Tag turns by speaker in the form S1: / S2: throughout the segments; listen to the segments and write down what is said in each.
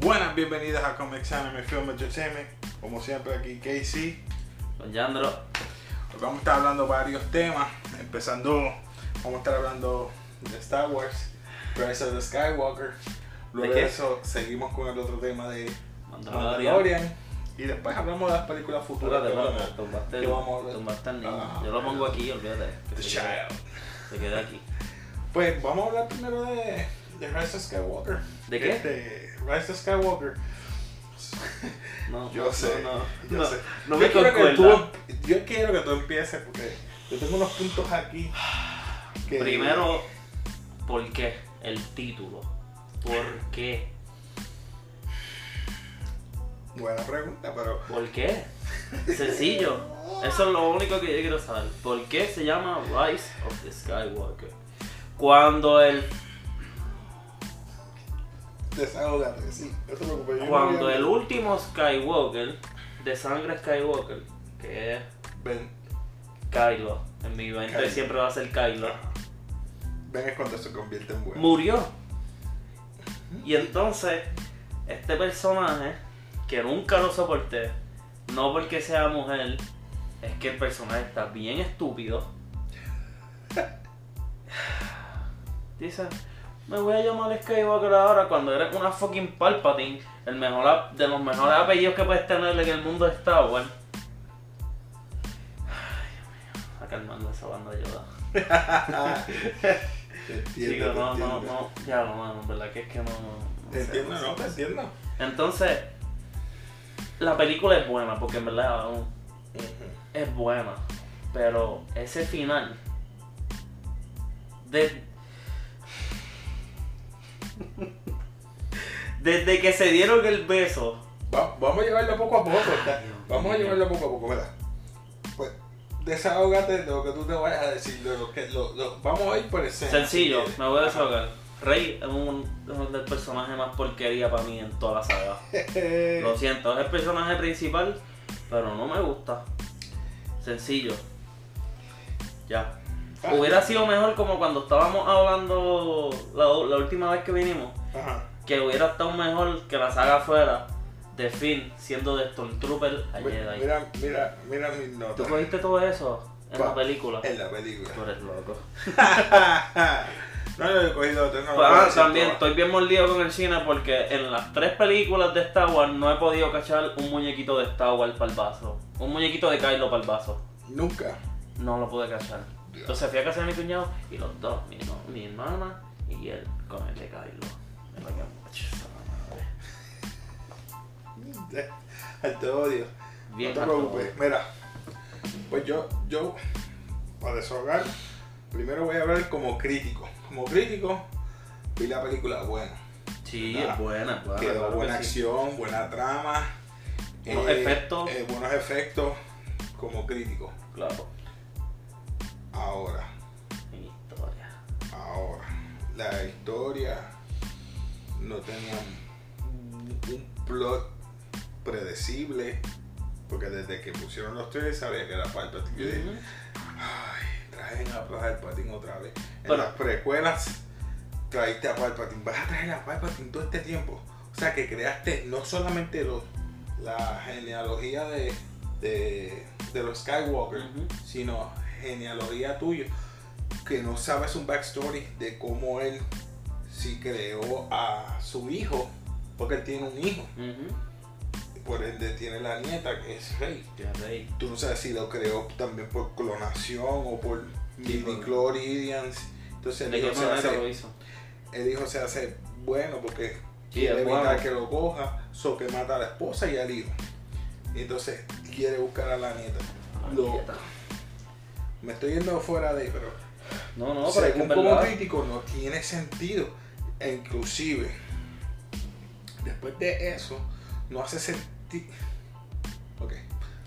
S1: Buenas, bienvenidas a Comics Anime Film Entertainment. Como siempre, aquí Casey.
S2: Don Yandro.
S1: Hoy vamos a estar hablando varios temas. Empezando, vamos a estar hablando de Star Wars, Rise of the Skywalker. Luego
S2: ¿De
S1: de
S2: qué?
S1: eso, seguimos con el otro tema de
S2: Mandalorian.
S1: Mandalorian. Y después hablamos de las películas futuras.
S2: Espérate,
S1: que van a-
S2: espérate, tumbaste,
S1: que vamos a
S2: el-
S1: ver.
S2: tumbaste al
S1: Ah,
S2: niño. Yo lo pongo aquí, olvídate. que
S1: The
S2: se quede-
S1: Child.
S2: Se queda aquí.
S1: Pues vamos a hablar primero de, de Rise of Skywalker.
S2: ¿De qué?
S1: Este, Rise of Skywalker.
S2: No,
S1: Yo
S2: no,
S1: sé,
S2: no, no,
S1: yo
S2: no,
S1: sé.
S2: no
S1: yo,
S2: me
S1: quiero que
S2: concuerda.
S1: tú, yo quiero que tú empieces porque yo tengo unos puntos aquí. que-
S2: Primero, ¿por qué? El título. ¿Por qué?
S1: Buena pregunta, pero.
S2: ¿Por qué? Sencillo. Eso es lo único que yo quiero saber. ¿Por qué se llama Rise of the Skywalker? Cuando el
S1: Desahogate, sí. No te preocupes. yo no
S2: cuando
S1: voy a-
S2: el último Skywalker de sangre Skywalker, que es
S1: Ven,
S2: Kylo, en mi mente
S1: Kylo.
S2: siempre va a ser Kylo,
S1: ven es cuando se convierte en bueno.
S2: murió. Y entonces, este personaje, que nunca lo soporté, no porque sea mujer, es que el personaje está bien estúpido. Dice, me voy a llamar Skywalker ahora cuando era una fucking Palpatine, el mejor ap- de los mejores apellidos que puedes tener en el mundo de Star Wars. Ay, Dios mío, está calmando esa banda de Yoda.
S1: Te entiendo,
S2: Chico,
S1: te
S2: no, no,
S1: entiendo.
S2: no, ya no, mano, en verdad que es que no. no, no
S1: Te
S2: sé,
S1: entiendo,
S2: sé.
S1: no, te entiendo.
S2: Entonces, la película es buena, porque en verdad aún es buena, pero ese final. De... Desde que se dieron el beso,
S1: Va- vamos a llevarlo poco a poco, ¿verdad?
S2: Ay, Dios
S1: Vamos a
S2: mío.
S1: llevarlo poco a poco, ¿verdad? Pues desahógate de lo que tú te vayas a decir, de lo que lo, lo- vamos a ir por el centro,
S2: sencillo,
S1: si quieres.
S2: me voy a desahogar. Rey es un, es un del personaje más porquería para mí en toda la saga.
S1: Eh,
S2: Lo siento, es el personaje principal, pero no me gusta. Sencillo. Ya.
S1: Ah,
S2: Hubiera sido mejor como cuando estábamos hablando la, la última vez que vinimos,
S1: ajá.
S2: que hubiera estado mejor que la saga fuera de Finn siendo de Stormtrooper a
S1: Mira,
S2: Jedi.
S1: mira, mira, mira mis
S2: ¿Tú
S1: notas
S2: cogiste todo eso en
S1: Va.
S2: la película?
S1: en la película.
S2: Tú eres loco.
S1: no, yo he cogido tengo
S2: Pues, ah, también estoy bien mordido con el cine porque en las tres películas de Star Wars no he podido cachar un muñequito de Star Wars para el vaso. Un muñequito de Kylo para el vaso.
S1: Nunca.
S2: No lo pude cachar. Entonces fui a casa de mi cuñado y los dos, mi, no- mi hermana y él, con el de Kylo. Me la quedé, "Ach, esa madre".
S1: Te odio.
S2: Bien
S1: no te
S2: harto.
S1: preocupes. Mira, pues yo, yo, para desahogar, primero voy a hablar como crítico. Como crítico, vi la película buena.
S2: Sí,
S1: Nada.
S2: es buena, es buena.
S1: Quedó
S2: Ah, claro que
S1: buena
S2: sí.
S1: acción, buena trama.
S2: Buenos efectos.
S1: eh, buenos efectos como crítico.
S2: Claro.
S1: Ahora,
S2: Mi historia.
S1: ahora. La historia no tenía un plot predecible. Porque desde que pusieron los trailers sabía que era Palpatine. Yo dije, Ay, traen a Palpatine otra vez. En
S2: Pero-
S1: las precuelas traíste a Palpatine. Vas a traer a Palpatine todo este tiempo. O sea que creaste no solamente los- la genealogía de, de, de los Skywalker,
S2: Ujú.
S1: sino genealogía tuya. Que no sabes un backstory de cómo él si creó a su hijo. Porque él tiene un hijo.
S2: Ujú.
S1: Por ende tiene la nieta que es Rey
S2: Ya reí.
S1: tú no sabes si lo creó también por clonación o por
S2: Sí,
S1: midi
S2: por-
S1: chloridians entonces
S2: ¿De
S1: el hijo,
S2: qué
S1: se
S2: manera lo
S1: hace,
S2: hizo?
S1: el hijo se hace bueno porque
S2: Sí,
S1: quiere
S2: es
S1: evitar
S2: bueno.
S1: que lo coja so que mata a la esposa y al hijo y entonces quiere buscar a la nieta Lo- me estoy yendo fuera de pero
S2: No, no, pero es que
S1: según
S2: es
S1: como
S2: verdad.
S1: crítico no tiene sentido E inclusive después de eso no hace sentido ok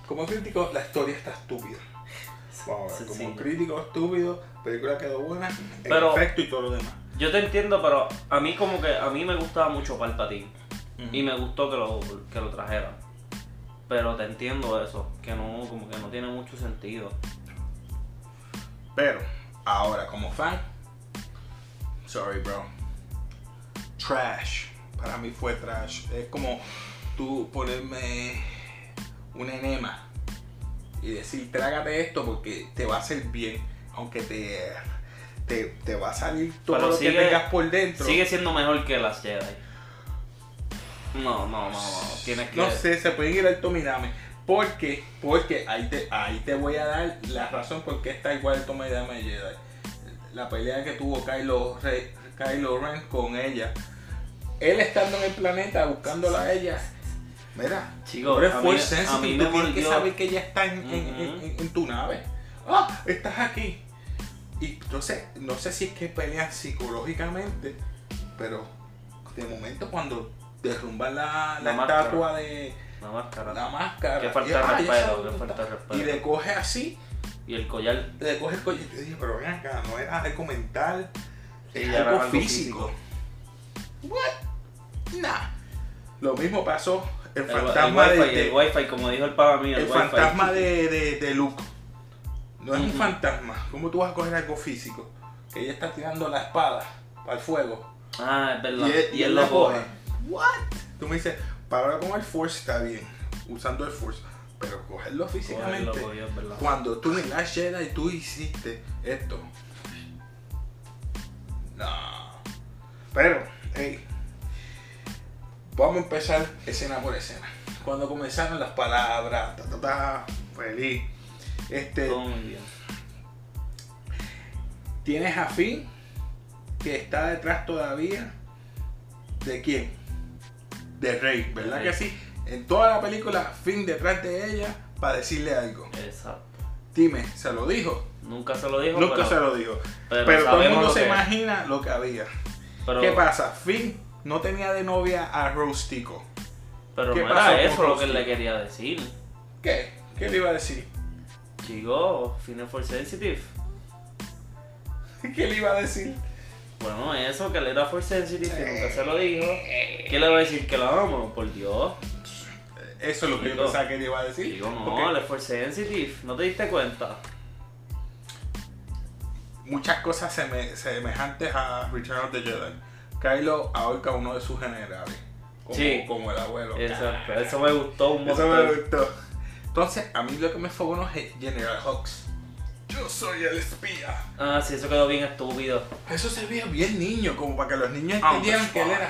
S1: como crítico la historia está estúpida Vamos a ver, como
S2: Sencillo.
S1: crítico estúpido película quedó buena
S2: Pero-
S1: efecto y todo lo demás
S2: Yo te entiendo, pero a mí como que a mí me gustaba mucho Palpatine. y me gustó que lo, que lo trajeran. Pero te entiendo eso, que no, como que no tiene mucho sentido.
S1: pero ahora como fan sorry bro trash para mí fue trash. Es como tú ponerme un enema y decir, trágate esto porque te va a hacer bien, aunque te, te, te va a salir todo
S2: Pero
S1: lo
S2: sigue-
S1: que tengas por dentro.
S2: Sigue siendo mejor que las Jedi. No, no, no, no. Tienes que.
S1: No sé, se pueden ir al Tomidame. Porque, porque ahí te, ahí te voy a dar la razón por qué está igual el Tomidame de Jedi. La pelea que tuvo Kylo, Rey- Kylo Ren con ella. Él estando en el planeta buscándola a ella. Mira,
S2: Chico,
S1: tú eres
S2: a mí-
S1: Force sensitive,
S2: a mí
S1: tú
S2: me
S1: tienes que
S2: volvió-
S1: saber que ella está en, en- en-
S2: Ujú.
S1: en- en tu nave. Ah, estás aquí. Y entonces, no sé si es que pelean psicológicamente, pero de momento cuando derrumban la, la
S2: La máscara.
S1: estatua de
S2: La máscara.
S1: la máscara,
S2: Qué falta
S1: y,
S2: de
S1: ah, ya
S2: respeto,
S1: sabe
S2: qué
S1: dónde
S2: falta de
S1: está.
S2: respeto.
S1: Y le coge así,
S2: Y el collar.
S1: le coge el cuello. Y te dije, pero ven acá, no era algo mental,
S2: Sí,
S1: es
S2: ya era
S1: algo,
S2: algo
S1: físico. What? Nah. Lo mismo pasó el,
S2: El,
S1: fantasma
S2: el
S1: de-
S2: wifi,
S1: de,
S2: el wifi, como dijo el pana mío,
S1: el
S2: el, wifi.
S1: fantasma de, de, de Luke. No es un
S2: Ujú.
S1: fantasma. ¿Cómo tú vas a coger algo físico? Que ella está tirando la espada al fuego.
S2: Ah, es verdad.
S1: Y él, y él
S2: lo
S1: la coge. What? Tú me dices, para con el force está bien, usando el force, pero cogerlo
S2: Coge,
S1: físicamente.
S2: lo cogió, es verdad.
S1: Cuando tú en la Jedi tú hiciste esto. No. Pero, hey. Vamos a empezar escena por escena. Cuando comenzaron las palabras, ta ta ta, feliz. Este,
S2: Todo muy bien.
S1: tienes a Finn que está detrás todavía de quién? De Rey, ¿verdad
S2: De Rey.
S1: que sí? En toda la película Finn detrás de ella para decirle algo.
S2: Exacto.
S1: Dime, ¿se lo dijo?
S2: Nunca se lo dijo.
S1: Nunca
S2: pero,
S1: se lo dijo.
S2: pero
S1: Pero, todo el
S2: sabemos
S1: mundo
S2: lo
S1: se
S2: que-
S1: imagina lo que había.
S2: pero-
S1: ¿Qué pasa? Finn no tenía de novia a Rostico.
S2: Pero
S1: ¿Qué
S2: no
S1: pasó con
S2: era eso lo que
S1: Rusty?
S2: le quería decir.
S1: ¿Qué? ¿Qué le iba a decir?
S2: Chico, Final for Sensitive.
S1: ¿Qué le iba a decir?
S2: Bueno, eso que le era for Sensitive que nunca se lo
S1: Eh.
S2: dijo. ¿Qué le va a decir que lo amo? Por Dios.
S1: Eso es lo que yo
S2: Chico.
S1: pensaba que le iba a decir.
S2: Chico, no,
S1: porque
S2: le for Sensitive. ¿No te diste cuenta?
S1: Muchas cosas seme- semejantes a Return of the Jedi. Kylo ahorca a uno de sus generales. Como,
S2: Sí.
S1: como el abuelo.
S2: Exacto. Eso me gustó un
S1: Oh, Eso me
S2: montón.
S1: gustó. Entonces, a mí lo que me fogonó es General Hawks. Yo soy el espía.
S2: Ah, sí, eso quedó bien estúpido.
S1: Eso se veía bien niño, como para que los niños
S2: Ah,
S1: entendieran
S2: pues,
S1: que él
S2: wow.
S1: era.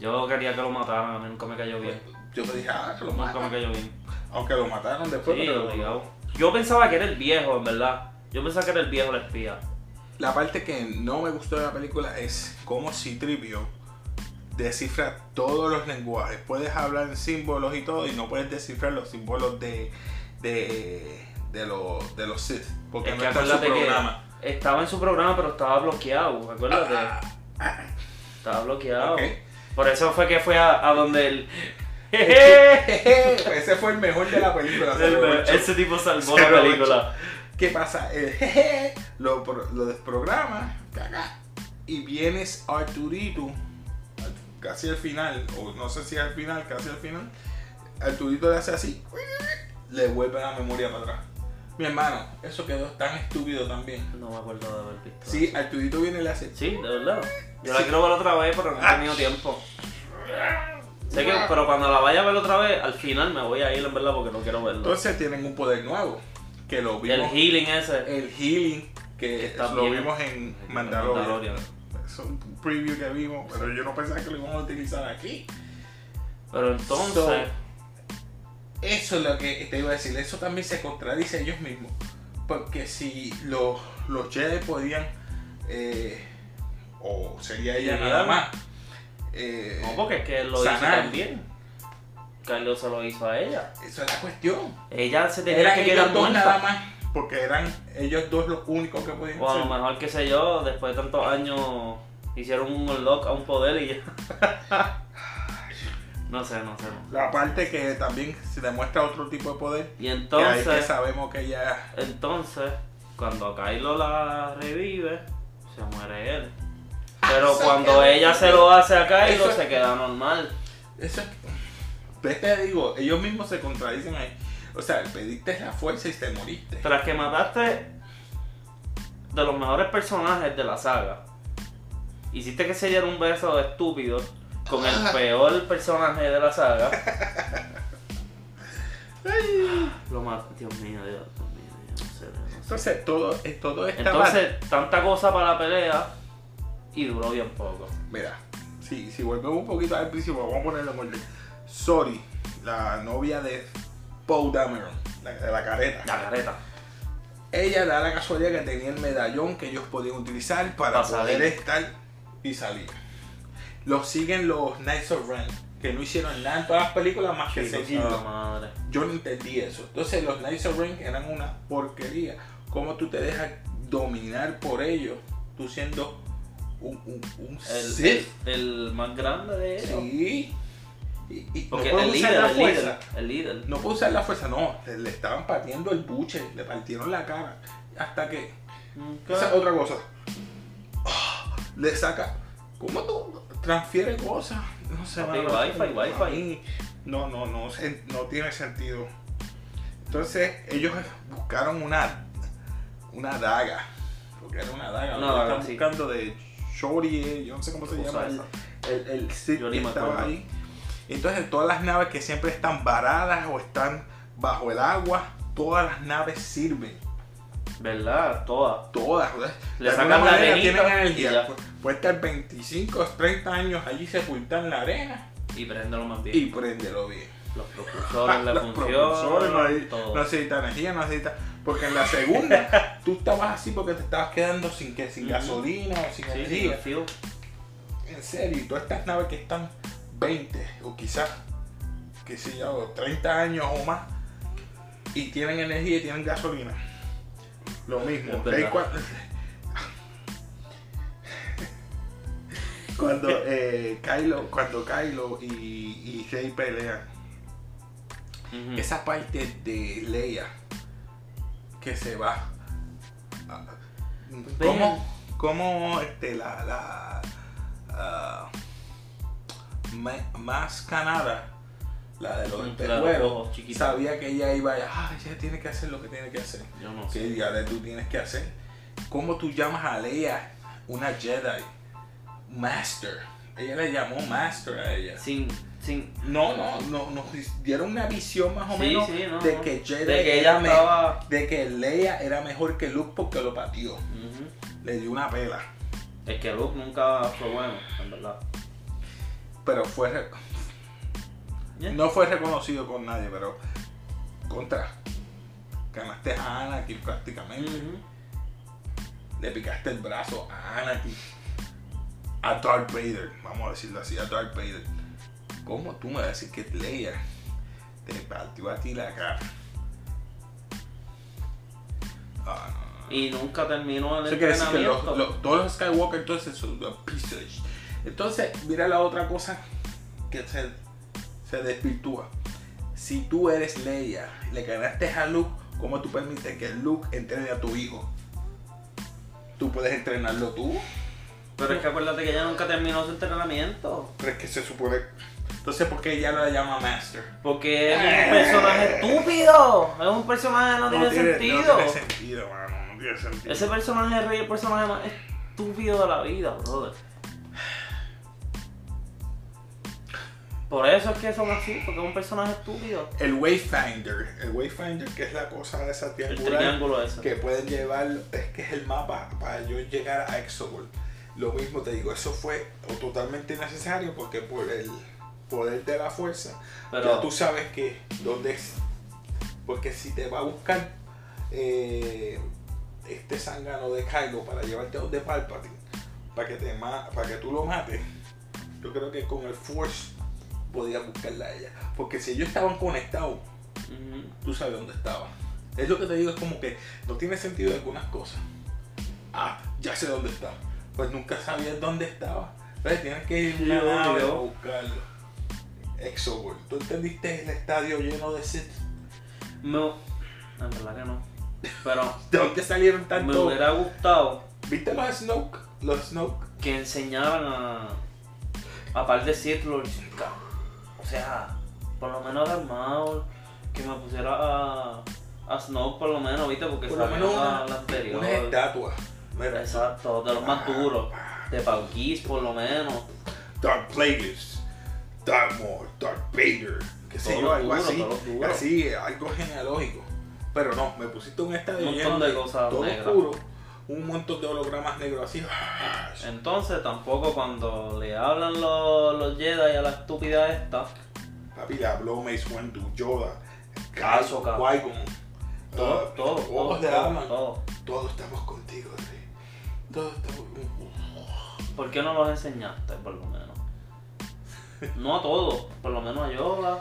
S2: Yo quería que lo mataran, a mí nunca me cayó bien.
S1: Yo te dije, ah, que lo
S2: Nunca me
S1: mataron.
S2: cayó bien.
S1: Aunque lo mataron después.
S2: Sí,
S1: pero-
S2: obligado. Yo pensaba que era el viejo, en verdad. Yo pensaba que era el viejo el espía.
S1: La parte que no me gustó de la película es cómo Citripio descifra todos los lenguajes. Puedes hablar en símbolos y todo, y no puedes descifrar los símbolos de, de, de, los, de los Sith. Porque
S2: es
S1: no
S2: que
S1: está en su
S2: acuérdate
S1: programa. Ah,
S2: que estaba en su programa, pero estaba bloqueado, acuérdate. Estaba bloqueado.
S1: Ok.
S2: Por eso fue que fue a, a donde el...
S1: Ese fue el mejor de la película. se lo he dicho.
S2: Ese tipo salvó
S1: Cero
S2: la
S1: ocho.
S2: película.
S1: ¿Qué pasa? El jeje lo, pro- lo desprograma caca, y vienes Arturito al- casi al final, o no sé si al final, casi al final. Arturito le hace así, le vuelve la memoria para atrás. Mi hermano, eso quedó tan estúpido también.
S2: No me acuerdo de haber visto.
S1: Sí, Arturito viene y le hace.
S2: Sí, de verdad. Yo la
S1: Sí. Ah.
S2: quiero ver otra vez, pero no he tenido tiempo. Sé que, pero cuando la vaya a ver otra vez, al final me voy a ir, en verdad, porque no quiero verlo.
S1: Entonces tienen un poder nuevo, que lo
S2: El
S1: vimos.
S2: healing ese.
S1: el healing, que
S2: Está
S1: lo
S2: bien.
S1: vimos en Mandalorian. Es un preview que vimos, pero yo no pensaba que lo íbamos a utilizar aquí.
S2: Pero entonces...
S1: So, Eso es lo que te iba a decir. Eso también se contradice a ellos mismos. Porque si los, los Jedi podían, eh, o sería ella
S2: Llegar.
S1: nada más, eh,
S2: No, porque es que él lo
S1: Sanar.
S2: hizo también. Carlos se lo hizo a ella.
S1: eso es la cuestión.
S2: Ella se tenía
S1: Eran
S2: que
S1: ellos
S2: quedar
S1: dos nada
S2: muerta.
S1: más. Porque eran ellos dos los únicos que podían
S2: O a lo
S1: ser.
S2: mejor, qué sé yo, después de tantos años hicieron un unlock a un poder y ya. no sé, no sé. no sé.
S1: La parte que también se demuestra otro tipo de poder.
S2: Y
S1: que ahí que
S2: entonces,
S1: sabemos que ella
S2: entonces, cuando Kylo la revive, se muere él. Pero
S1: Eso
S2: cuando
S1: es-
S2: ella se lo hace a Kylo,
S1: eso-
S2: se queda normal.
S1: Eso es. Ves, te digo, ellos mismos se contradicen ahí. O sea, pediste la fuerza y te moriste.
S2: Tras que mataste de los mejores personajes de la saga Hiciste que se diera un beso estúpido con el
S1: Ah.
S2: peor personaje de la saga. Lo más. Dios mío, Dios, Dios mío, yo no sé, yo no sé.
S3: Entonces, todo, eh, todo estaba.
S2: Entonces, tanta cosa para la pelea y duró bien poco.
S3: Mira,
S1: Sí, si volvemos un poquito al principio, vamos a ponerlo en orden. Sorry, la novia de Paul Dameron, la, de la careta.
S2: La careta.
S1: Ella da la casualidad que tenía el medallón que ellos podían utilizar para
S2: Para
S1: poder
S2: salir.
S1: estar y salir. Los siguen los Knights of Ren, que no hicieron nada en todas las películas más que
S2: Ah,
S1: seguirlo.
S2: madre.
S1: Yo no entendí eso. Entonces los Knights of Ren eran una porquería. ¿Cómo tú te dejas dominar por ellos? Tú siendo un, un, un
S2: El,
S1: Sith.
S2: el más grande de ellos.
S1: Sí. Y, y
S2: Porque
S1: no puedo
S2: el
S1: usar
S2: líder,
S1: la
S2: el
S1: fuerza.
S2: líder, el líder.
S1: No puedo usar la fuerza, no. Le, le estaban partiendo el buche, le partieron la cara. Hasta que.
S2: Nunca-
S1: Esa es otra cosa. Ah, le saca. ¿Cómo tú transfiere cosas? No sé,
S2: Papi,
S1: mano,
S2: wifi,
S1: no,
S2: wifi.
S1: a mí- No, no, no, se- no tiene sentido. Entonces, ellos buscaron una. Una daga. Porque era una daga.
S2: Una
S1: lo que
S2: daga,
S1: están
S2: sí.
S1: buscando de Shorie, yo no sé cómo se
S2: Cosa
S1: llama.
S2: esa.
S1: el, el Sith
S2: Yo ni
S1: que
S2: me
S1: estaba
S2: acuerdo.
S1: ahí. Entonces todas las naves que siempre están varadas o están bajo el agua, todas las naves sirven.
S2: ¿Verdad? Todas.
S1: Todas. o sea,
S2: Le
S1: de
S2: sacan
S1: alguna
S2: la
S1: manera
S2: arenita
S1: tienen
S2: y
S1: energía.
S2: ya.
S1: Pu- Puede estar 25, 30 años allí sepultada en la arena
S2: Y prendelo más bien.
S1: y prendelo bien.
S2: Los propulsores le
S1: Ah, Los propulsores, no, hay-
S2: funcionan.
S1: no
S2: Todo.
S1: necesita energía, no necesita. Porque en la segunda tú estabas así porque te estabas quedando sin, que, sin
S2: Ujú.
S1: gasolina o sin
S2: Sí, sí,
S1: energía.
S2: tío.
S1: En serio, y todas estas naves que están 20 o quizás, que sé yo, 30 años o más, y tienen energía y tienen gasolina. Lo mismo.
S2: Es verdad.
S1: Ey, cua- Cuando eh, Kylo, cuando Kylo y, y Rey pelean,
S2: Ujú.
S1: esa parte de Leia que se va. ah, ¿Cómo, cómo este, la, la ah, ma- más canada, la de los
S2: Mm, claro,
S1: espejuelos,
S2: ojos chiquitos.
S1: sabía que ella iba a, ah, ella tiene que hacer lo que tiene que hacer?
S2: Yo no sé.
S1: ¿Qué diablos tú tienes que hacer? ¿Cómo tú llamas a Leia una Jedi? Master. Ella le llamó Master a ella.
S2: Sin, sin.
S1: No, no, no, nos dieron una visión más o
S2: Sí,
S1: menos
S2: sí, no,
S1: de
S2: no.
S1: que Jedi
S2: De que
S1: era
S2: ella
S1: me-
S2: estaba.
S1: de que Leia era mejor que Luke porque lo pateó.
S2: Ujú.
S1: Le dio una pela.
S2: Es que Luke nunca fue bueno, en verdad.
S1: Pero fue re-
S2: Ya.
S1: no fue reconocido con nadie, pero contra. Ganaste a Anakin prácticamente.
S2: Ujú. Mm.
S1: Le picaste el brazo a Anakin. A Darth Vader, vamos a decirlo así, a Darth Vader. ¿Cómo tú me vas a decir que Leia te partió a ti la cara? Ah, no, no, no.
S2: Y nunca terminó el
S1: Eso quiere decir que
S2: entrenamiento.
S1: los, los- todos los Skywalker entonces son los pieces. Entonces, mira la otra cosa que se, se desvirtúa. Si tú eres Leia, le ganaste a Luke, ¿cómo tú permites que Luke entrene a tu hijo? ¿Tú puedes entrenarlo tú?
S2: Pero es que acuérdate que ella nunca terminó su entrenamiento.
S1: ¿Crees que se supone? Entonces, ¿por qué ella la llama Master?
S2: Porque es un personaje estúpido. Es un personaje que Eh. no, tiene, sentido.
S1: No tiene sentido, mano. No tiene sentido.
S2: Ese personaje es rey, el personaje más estúpido de la vida, brother. Por eso es que son así, porque es un personaje estúpido.
S1: El Wayfinder. El Wayfinder, que es la cosa de esa
S2: El
S1: triangular.
S2: triángulo ese.
S1: que pueden llevar, es que es el mapa para yo llegar a Exogol. Lo mismo te digo, eso fue totalmente necesario porque por el poder de la fuerza, ya
S2: Pero
S1: tú sabes que dónde es. Porque si te va a buscar eh, este zángano de Kylo para llevarte a donde Palpatine, para que, te ma- para que tú lo mates, yo creo que con el Force podías buscarla a ella. Porque si ellos estaban conectados,
S2: Ujú.
S1: tú sabes dónde estaba. Es lo que te digo, es como que no tiene sentido algunas cosas. Ah, ya sé dónde está. Pues nunca sabías dónde estaba. Entonces tienes que ir a una
S2: Sí, obvio.
S1: nave a buscarlo. Exoworld. ¿Tú entendiste el estadio lleno de Sith?
S2: No, la Ah, verdad que no. Pero
S1: ¿De dónde salieron
S2: me
S1: tanto?
S2: hubiera gustado
S1: ¿Viste los Snoke? Los Snoke.
S2: que enseñaran a. a par de Sith Lords, ca- O sea, por lo menos a Maul, que me pusiera a. a Snow por lo menos, ¿viste? Porque
S1: Por lo
S2: salió
S1: menos
S2: la,
S1: una-
S2: la anterior.
S1: Unas estatuas. Mira,
S2: Exacto, de los más duros.
S1: Ah,
S2: de Pauquis, por lo menos.
S1: Dark Plagueis, Dark Maul, Dark Vader, qué sé
S2: Todos
S1: yo,
S2: los
S1: algo
S2: duros,
S1: así.
S2: todos los duros.
S1: Así, algo genealógico. Pero no, me pusiste un estadio
S2: Un montón
S1: lleno
S2: de cosas
S1: todo
S2: negras.
S1: oscuro, un montón de hologramas negros así.
S2: Entonces tampoco cuando le hablan los, los Jedi a la estúpida esta,
S1: Papi, le habló Mace Windu, Yoda,
S2: Caso,
S1: Kai,
S2: cabrón.
S1: Qui-Gon.
S2: todo,
S1: Todos-
S2: todo,
S1: todos
S2: todo,
S1: Ah, oh, le
S2: todo,
S1: hablan.
S2: todo.
S1: Todos estamos contigo, Rey. Todos estamos. uh,
S2: ¿Por qué no los enseñaste, por lo menos? No a todos, por lo menos a Yoda.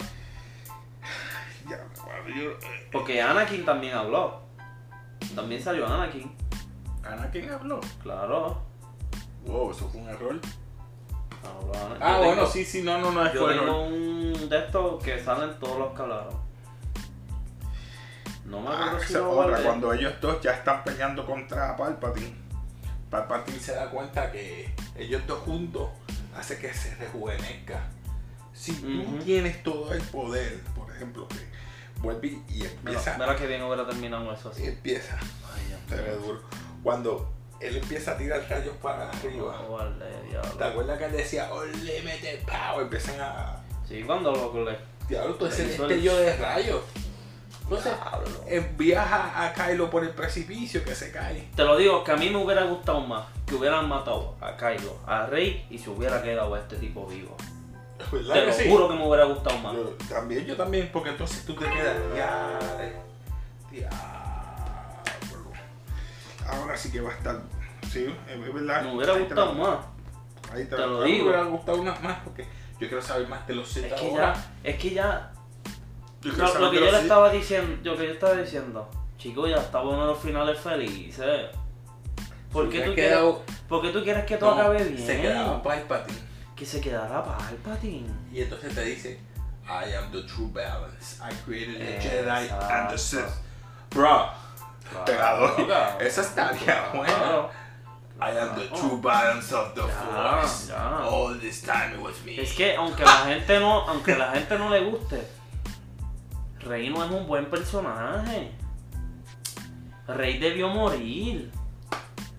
S1: Ya, bueno, yo- eh,
S2: Porque Anakin también habló. También salió Anakin,
S1: ¿Anakin habló?
S2: claro.
S1: Wow, eso fue un error.
S2: habló Anakin.
S1: Ah,
S2: Yo tengo-
S1: bueno, sí, sí, no, no, no, es
S2: Yo
S1: fue error.
S2: tengo un de estos que salen todos los que hablaron. No me
S1: Ah,
S2: acuerdo si
S1: esa
S2: lo
S1: otra,
S2: guardé.
S1: cuando ellos dos ya están peleando contra Palpatine, Palpatine se da cuenta que ellos dos juntos hace que se rejuvenezca. Si tú
S2: Ujú.
S1: tienes todo el poder, por ejemplo, que vuelve y
S2: Mira,
S1: empieza,
S2: mira que bien hubiera terminado eso
S1: y
S2: así.
S1: empieza,
S2: Ay, Dios
S1: se ve
S2: mío.
S1: duro. Cuando él empieza a tirar rayos para arriba,
S2: Vale,
S1: ¿te
S2: diablo.
S1: acuerdas que él decía, unlimited power? Empiezan a...
S2: Sí, cuando lo le.
S1: Diablo, todo ese
S2: Le hizo el-
S1: destello de rayos. Entonces,
S2: Diablo.
S1: envías a, a Kylo por el precipicio que se cae.
S2: Te lo digo, que a mí me hubiera gustado más que hubieran matado a Kylo, a Rey y se hubiera quedado este tipo vivo.
S1: ¿Verdad
S2: Te
S1: que
S2: lo
S1: sí?
S2: juro que me hubiera gustado más.
S1: Yo también, yo también, porque entonces tú te quedas. "Diablo, diablo". Ahora sí que va a estar. Sí, es es verdad.
S2: Me hubiera
S1: Ahí te la-
S2: gustado más.
S1: Ahí
S2: te lo
S1: a mí
S2: digo.
S1: Me hubiera gustado unas más porque yo quiero saber más de los Z
S2: Es que
S1: ahora.
S2: ya, es que ya
S1: Yo quiero
S2: Lo,
S1: saber
S2: lo que
S1: de
S2: yo
S1: los
S2: le
S1: Sith.
S2: estaba diciendo, lo que yo estaba diciendo, chicos, ya está bueno los finales felices. ¿Por qué,
S1: Se
S2: tú
S1: ha
S2: quieres,
S1: quedado-
S2: por qué tú quieres que todo
S1: no,
S2: acabe bien?
S1: Se quedaba Palpatine.
S2: Que se quedara Palpatine.
S1: Y entonces te dice, I am the true balance. I created the Jedi
S2: Exacto.
S1: and the Sith. Bro, te la doy.
S2: Claro.
S1: Esa estaría buena.
S2: Claro.
S1: I am the
S2: Claro.
S1: true balance of the
S2: Ya,
S1: force.
S2: ya.
S1: All this time it was me.
S2: Es que aunque la gente no, aunque la gente no le guste, Rey no es un buen personaje. Rey debió morir.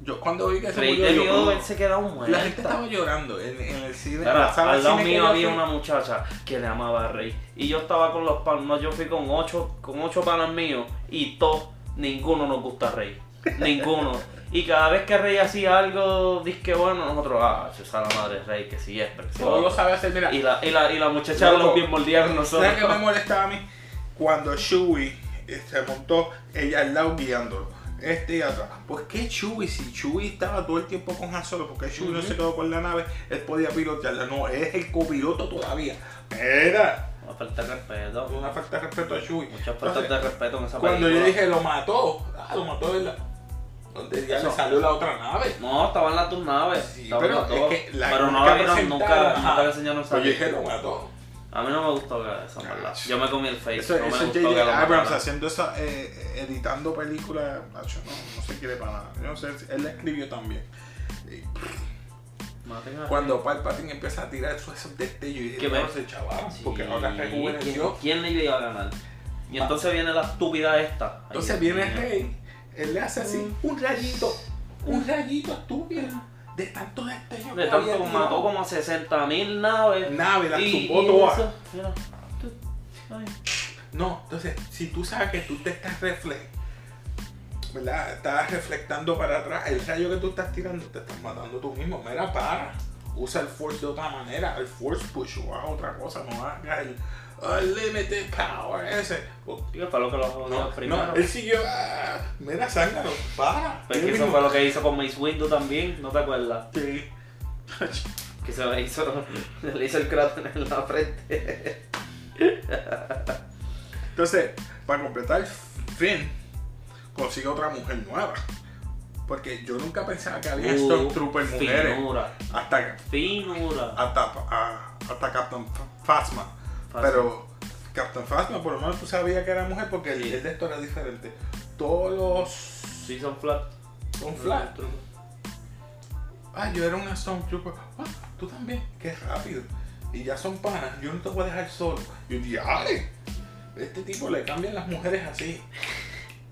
S1: yo cuando vi que se
S2: Rey
S1: murió, yo
S2: debió
S1: como-
S2: haberse quedado muerta.
S1: la gente estaba llorando en, en el cine. en
S2: Mira,
S1: la sala de
S2: al lado
S1: cine que
S2: mío
S1: yo
S2: había
S1: fui.
S2: una muchacha que le amaba a Rey. Y yo estaba con los panos, yo fui con ocho, con ocho panas míos y todos, ninguno nos gusta Rey. Ninguno. y cada vez que Rey hacía algo, disque bueno, nosotros, ah, esa la madre de Rey, que sí es, pero que sí
S1: Todo lo
S2: es".
S1: sabe hacer, mira.
S2: y la, y la, y la muchacha
S1: Loco,
S2: los bien moldearon nosotros.
S1: ¿Sabes qué me molestaba a mí? Cuando Chewie eh, se montó, ella al lado guiándolo. Este y atrás. ¿Por qué Chewie? Si Chewie estaba todo el tiempo con Han Solo, porque Chewie no
S2: Ujú.
S1: se quedó con la nave, él podía pilotearla. No, él es el copiloto todavía. Era
S2: Una falta de respeto.
S1: una falta de respeto a Chewie.
S2: Muchas faltas de
S1: Entonces,
S2: respeto en esa
S1: Cuando yo
S2: película.
S1: dije lo mató, ah, lo mató ¿verdad? Donde ya le
S2: Eso.
S1: salió la otra nave.
S2: No, estaban las dos naves.
S1: Sí,
S2: estaban
S1: pero
S2: las dos.
S1: es que la
S2: pero no
S1: nunca
S2: la vieron nunca,
S1: presentaron,
S2: nunca
S1: ajá.
S2: le enseñaron esa
S1: Pero yo
S2: película.
S1: dije lo mató.
S2: A mí no me gustó que esa
S1: Carajo.
S2: maldad. Yo me comí el face.
S1: Ah, Eso,
S2: no me
S1: eso es Ah,
S2: gustó
S1: J.J.
S2: que la
S1: Abrams
S2: mataran.
S1: haciendo eso, eh, editando películas, macho, no, no se quiere para nada. Yo no sé, él la escribió también. Y
S2: Maten a-
S1: Cuando Palpatine empieza a tirar esos, esos destellos y
S2: ¿Qué
S1: dice,
S2: ve?
S1: no se chaval, porque
S2: Sí,
S1: ahora
S2: ¿quién,
S1: rejuveneció.
S2: quién le iba a ganar? Y entonces viene la estúpida esta. Ay,
S1: Entonces
S2: Dios
S1: viene este
S2: mío. Mm.
S1: Rey, él le hace así, un rayito, un rayito estúpido de tantos destellos
S2: De
S1: que había
S2: tanto
S1: tirado.
S2: mató como a 60 mil naves.
S1: Nave, la
S2: y,
S1: chupó
S2: y
S1: toda.
S2: eso, mira, tú, ay,
S1: No, entonces, si tú sabes que tú te estás refle- ¿verdad? Estás reflectando para atrás, el rayo que tú estás tirando te estás matando tú mismo. Mira, para. Usa el force de otra manera, el force push o haz otra cosa, no hagas el unlimited power ese. O-
S2: tío, fue lo que lo jodió
S1: No,
S2: primero.
S1: no, él siguió, ah, mira, sángalo, para.
S2: Porque eso fue lo Pues que hizo con Mace Windu también, ¿no te acuerdas?
S1: Sí.
S2: Que se le hizo, le hizo el cráter en la frente.
S1: Entonces, para completar, Finn consigue otra mujer nueva. Porque yo nunca pensaba que
S2: Uh,
S1: había Stormtrooper mujeres. Ah,
S2: Finura,
S1: Hasta que
S2: finura.
S1: hasta, a- hasta Captain Fa- Phasma.
S2: Phasma.
S1: Pero Captain Phasma, por lo menos tú sabías que era mujer porque el,
S2: Sí.
S1: el de esto era diferente. Todos
S2: Sí, son flat.
S1: los son flat. Ah, yo era una Stormtrooper. Ah, tú también. Qué rápido. Y ya son panas. Yo no te voy a dejar solo. Y un día, Este tipo le cambian las mujeres así.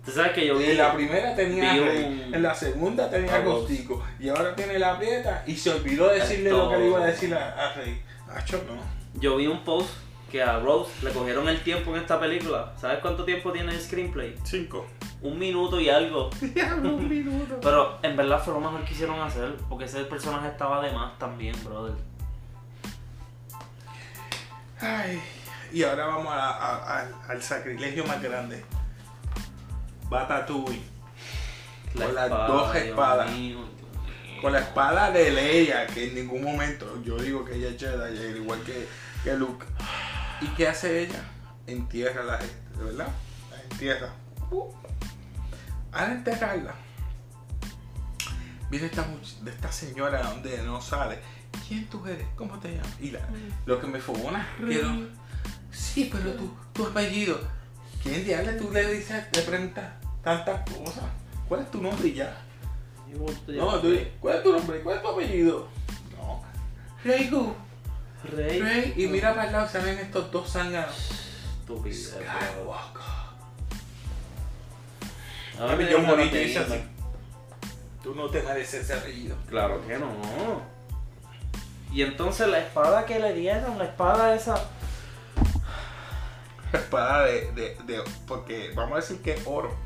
S2: Tú sabes que yo vi.
S1: En la primera tenía
S2: vi
S1: a
S2: un-
S1: Rey, en la segunda tenía a
S2: a Ghost.
S1: Costico, y ahora tiene la prieta y se olvidó decirle
S2: Esto-
S1: lo que le iba a decir a, a Rey. Acho, no.
S2: Yo vi un post que a Rose le cogieron el tiempo en esta película. ¿Sabes cuánto tiempo tiene el screenplay?
S1: Cinco.
S2: Un minuto y algo.
S1: Diablo, un minuto.
S2: Pero en verdad fue lo mejor que quisieron hacer, porque ese personaje estaba de más también, brother.
S1: Ay, y ahora vamos a- a- a- al sacrilegio más grande. Batatui. Con las dos
S2: Dios
S1: espadas.
S2: mío, Dios mío.
S1: Con la espada de Leia, que en ningún momento yo digo que ella es Jedi, al igual que, que Luke. ¿Y qué hace ella? Entierra a la gente, ¿verdad? La entierra. Uh. Al enterrarla, viene esta, much- de esta señora donde no sale. ¿Quién tú eres? ¿Cómo te llamas? Y la- lo que me fogona, quedó. Sí, pero tú, tu apellido. ¿Quién diablos tú le dices, le preguntas tantas cosas? ¿Cuál es tu nombre y ya?
S2: Yo voy a-
S1: No, tú, ¿cuál es tu nombre? ¿Cuál es tu apellido? No. Reigu.
S2: Rey.
S1: Rey, y mira para el lado, salen estos dos zánganos.
S2: Estupidez, bro.
S1: Skywalker.
S2: A ver,
S1: Yo
S2: me
S1: morí,
S2: dio
S1: yo hice
S2: una
S1: así.
S2: pequeña.
S1: Tú no te mereces ese apellido.
S2: Claro que no. Y entonces la espada que le dieron, la espada esa.
S1: La espada de, de, de- Porque vamos a decir que es oro.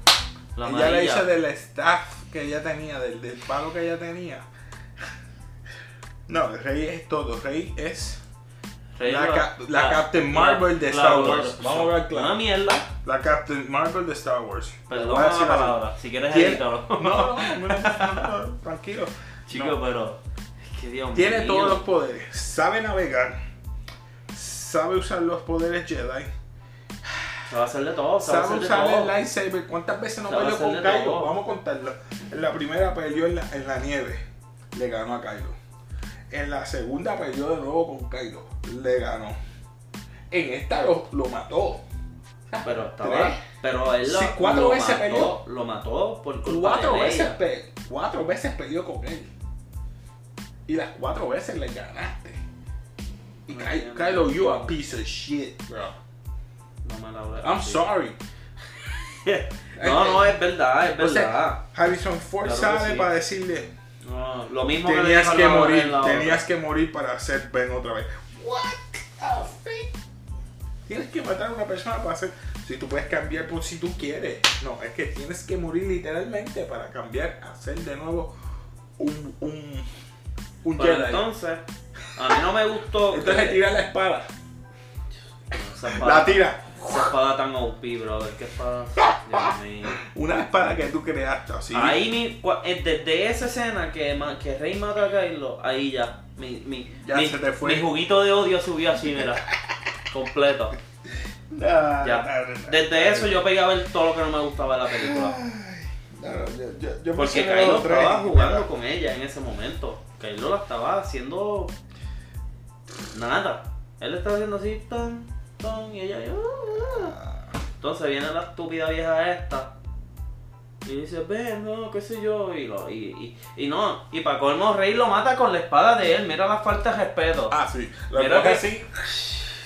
S2: La
S1: ella la
S2: amarilla.
S1: hizo del staff que ella tenía, del, del palo que ella tenía. No, Rey es todo. Rey es
S2: Rey
S1: la
S2: lo-
S1: ca- la Captain Marvel de Star Wars. Vamos a hablar claro.
S2: Una mierda.
S1: la Captain Marvel de Star Wars.
S2: Perdón
S1: Voy a
S2: la
S1: decir así.
S2: palabra. Si quieres
S1: ¿Quién?
S2: edítalo.
S1: No, no, no, no, no, tranquilo.
S2: Chico,
S1: No.
S2: pero. Es que Dios
S1: Tiene
S2: mío.
S1: todos los poderes. Sabe navegar. Sabe usar los poderes Jedi.
S2: Se va a hacer de todo. Se va a
S1: Sabe
S2: hacer de
S1: usar el
S2: todo.
S1: lightsaber. ¿Cuántas veces no
S2: Sabe
S1: peleó
S2: hacer
S1: con
S2: de
S1: Kylo?
S2: todo.
S1: Vamos a contarlo. En la primera peleó en la, en la nieve. Le ganó a Kylo. En la segunda peleó de nuevo con Kylo. Le ganó. En esta lo, lo mató.
S2: Pero estaba.
S1: Tres.
S2: Pero él lo,
S1: Sí, cuatro
S2: lo
S1: veces
S2: mató. Lo mató por culpa
S1: Cuatro
S2: de
S1: veces,
S2: ella.
S1: pe- cuatro veces peleó con él. Y las cuatro veces le ganaste. Y
S2: No
S1: Ky-
S2: entiendo.
S1: Kylo, you a piece of shit, bro.
S2: No me la voy a
S1: I'm
S2: decir.
S1: sorry.
S2: No, no, es verdad, es
S1: O sea,
S2: verdad.
S1: Harrison Ford
S2: Claro que
S1: sale
S2: sí.
S1: para decirle,
S2: No, lo mismo que le
S1: tenías
S2: dijo
S1: que
S2: la otra-
S1: morir,
S2: en la otra.
S1: tenías que morir para ser Ben otra vez. What the freak? Tienes que matar a una persona para hacer, si tú puedes cambiar por si tú quieres. No, es que tienes que morir literalmente para cambiar, hacer de nuevo un, un, un
S2: Pero
S1: Jedi.
S2: entonces, a mí no me gustó.
S1: Entonces
S2: que-
S1: tira la espada.
S2: Esa espada,
S1: La tira.
S2: esa espada tan OP, brother. Qué espada. Dios mío.
S1: Una espada que tú creaste así.
S2: Ahí mi, cua- eh, desde esa escena que, ma- que Rey mata a Kylo, ahí ya. Mi, mi,
S1: Ya
S2: mi-
S1: se te fue.
S2: mi juguito de odio subió así, mira. completo.
S1: Ah,
S2: Ya.
S1: no, no, no.
S2: Desde eso yo pegué a ver todo lo que no me gustaba de la película.
S1: No, no, yo, yo, yo
S2: Porque
S1: mencioné
S2: Kylo
S1: los tres.
S2: estaba jugando con ella en ese momento. Kylo la estaba haciendo nada. Él estaba haciendo así, tan, tan, y ella. "Ah, ah".
S1: Ah,
S2: Entonces viene la estúpida vieja esta. Y dice, ven, no, qué sé yo. Y, lo, y, y, y no, y para colmo Rey lo mata con la espada de él. Mira la falta de respeto.
S1: Ah, sí. Lo
S2: Mira
S1: coge
S2: que-
S1: así.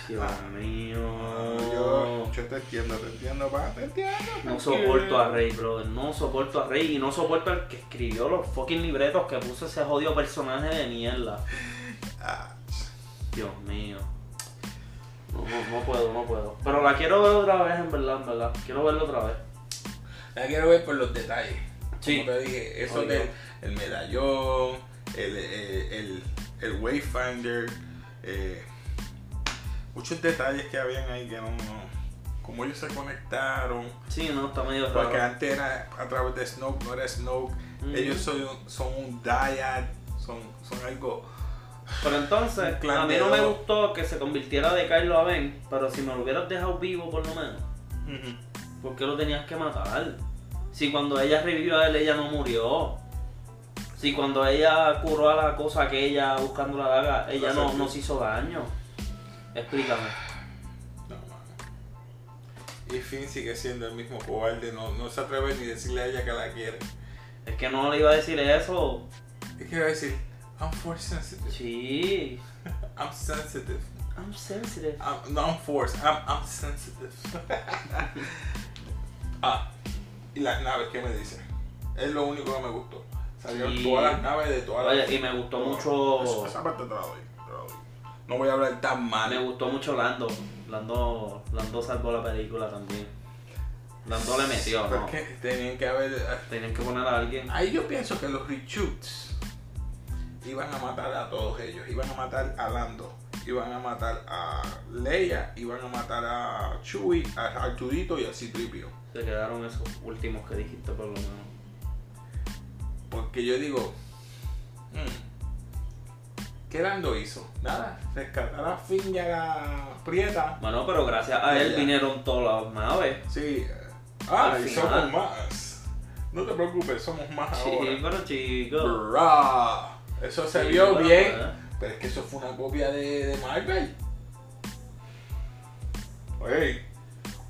S2: Dios mío.
S1: Ah, Yo, yo te entiendo, te entiendo, pa, te entiendo.
S2: Ah. No
S1: tranquilo.
S2: soporto a Rey, brother. No soporto a Rey. Y no soporto al que escribió los fucking libretos que puso ese jodido personaje de mierda.
S1: Ah,
S2: Dios mío. No, no, no puedo, no puedo. Pero la quiero ver otra vez, en verdad, en verdad. Quiero verla otra vez.
S1: la quiero ver por los detalles.
S2: Sí.
S1: Como te dije, eso
S2: Obvio.
S1: del el medallón, el, el, el, el Wayfinder, eh, muchos detalles que habían ahí que no. no cómo ellos se conectaron.
S2: Sí, no, está medio raro.
S1: Porque antes era a través de Snoke, no era Snoke.
S2: Mm.
S1: Ellos son, un- son un dyad, son, son algo.
S2: Pero entonces,
S1: Un clan
S2: a mí
S1: de
S2: no me
S1: dos.
S2: gustó que se convirtiera de Kylo a Ben, pero si me lo hubieras dejado vivo por lo menos, ¿por qué lo tenías que matar? Si cuando ella revivió a él, ella no murió. Si cuando ella curó a la cosa que ella buscando la daga, ella no
S1: Exacto.
S2: nos hizo daño. Explícame.
S1: No, mano. Y Finn sigue siendo el mismo cobarde, no, no se atreve ni decirle a ella que la quiere.
S2: Es que no le iba a decir eso.
S1: ¿Qué quiero decir? I'm force sensitive.
S2: Sí.
S1: I'm sensitive.
S2: I'm sensitive.
S1: I'm, no, I'm force. I'm, I'm sensitive. ah, Y las naves, ¿qué me dicen? Es lo único que me gustó. Salieron
S2: Y-
S1: todas las naves de todas las.
S2: Oye, y me gustó mucho-
S1: Esa, esa parte te la doy. te la doy. No voy a hablar tan mal.
S2: Me gustó mucho Lando. Lando, Lando salvó la película también. Lando le metió, ¿no?
S1: Porque tenían que haber.
S2: Tenían que poner a alguien.
S1: Ahí yo pienso que los reshoots iban a matar a todos ellos. Iban a matar a Lando, iban a matar a Leia, iban a matar a Chewie, a Arturito y a Citripio.
S2: Se quedaron esos últimos que dijiste por lo menos.
S1: Porque yo digo, hmm, ¿qué Lando hizo? Nada, rescatar a Finn y a la Prieta.
S2: Bueno, pero gracias a él
S1: Ya.
S2: vinieron todas las naves.
S1: Sí. eh, Ah,
S2: Al
S1: y
S2: final.
S1: somos más. No te preocupes, somos más
S2: Sí,
S1: ahora.
S2: pero chicos.
S1: Brah. Eso se
S2: Sí,
S1: vio
S2: bueno,
S1: bien.
S2: ¿verdad?
S1: Pero es que eso fue una copia de, de Marvel. Oye,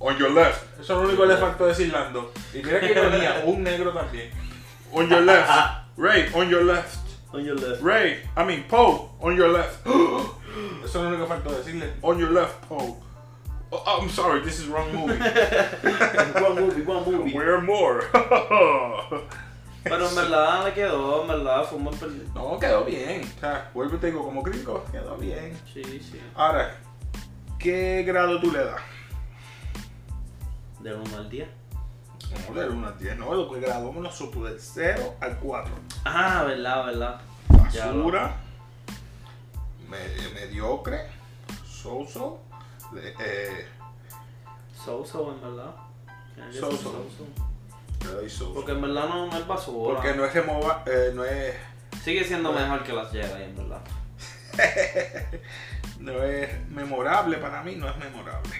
S1: on your left. Eso es lo único que le faltó decir Lando. Y mira que ironía, un negro también. On your left. Ray, on your left.
S2: On your left.
S1: Ray, I mean Poe, on your left. Eso es lo único que faltó decirle. On your left, Poe. Oh, I'm sorry, this is wrong movie.
S2: One movie, one movie.
S1: We're more.
S2: Pero en verdad le quedó, en verdad fue un buen perdido.
S1: no, quedó bien. O sea, vuelvo y te digo, como crítico, quedó bien.
S2: Sí, sí.
S1: Ahora, ¿qué grado tú le das?
S2: Del 1 al 10.
S1: No, del 1 al 10, no, lo que graduamos lo pude del 0 al 4.
S2: Ah, verdad, verdad. Ya lo-
S1: Basura, me- mediocre, soso, le- eh,
S2: So-so, en verdad. Tiene que ser
S1: So-so.
S2: so-so.
S1: le doy soso.
S2: Porque en verdad no, no es basura.
S1: Porque no es remova, eh, no es,
S2: Sigue siendo mejor que las Jedi, en verdad.
S1: no es memorable para mí, no es memorable.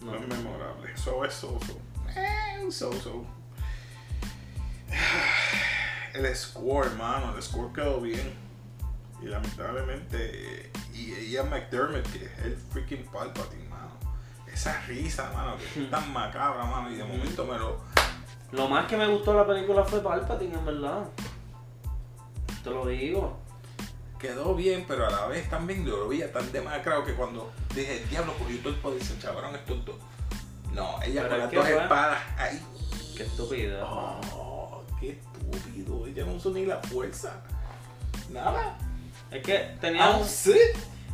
S2: No.
S1: No, es memorable, eso es soso. Eh, un soso. El score, hermano, el score quedó bien. Y lamentablemente, eh, y ella McDermott, que es el freaking Palpatine, mano. Esa risa, mano, que es tan macabra, mano. Y de momento me lo.
S2: Lo más que me gustó de la película fue Palpatine, en verdad. Te lo digo.
S1: Quedó bien, pero a la vez también yo lo veía tan demacrado que cuando dije, diablo, por YouTube poder se chavaron estos dos. No, ella con
S2: Pero es
S1: las
S2: que
S1: dos
S2: fue-
S1: espadas ahí.
S2: Qué estúpida.
S1: Oh, qué estúpido. Ella no usó ni la fuerza. Nada.
S2: Es que tenía
S1: Ah,
S2: un-
S1: sí.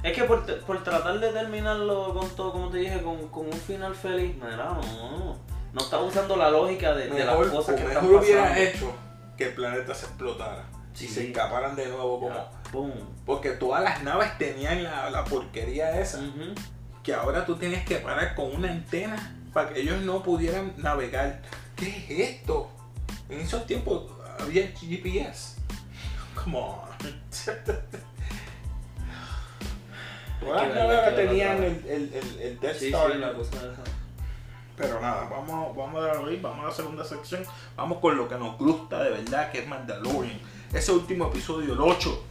S2: Es que por, por tratar de terminarlo con todo, como te dije, con, con un final feliz, mira, no. No está usando la lógica de, de las
S1: Mejor,
S2: cosas que
S1: o
S2: están
S1: mejor hubiera
S2: pasando.
S1: hecho que el planeta se explotara
S2: Sí.
S1: y se escaparan de nuevo. Como,
S2: Ya, boom.
S1: Porque todas las naves tenían la, la porquería esa.
S2: Ujú.
S1: Que ahora tú tienes que parar con una antena para que ellos no pudieran navegar. ¿Qué es esto? En esos tiempos había GPS. Come on. Todas las
S2: verla, hay
S1: naves
S2: que
S1: ahora
S2: verla
S1: tenían
S2: otra
S1: el, el, el, el Death
S2: Sí,
S1: Star.
S2: sí, la cosa esa.
S1: Pero nada, vamos, vamos a darle ahí, vamos a la segunda sección. Vamos con lo que nos gusta de verdad, que es Mandalorian. Ese último episodio, el 8.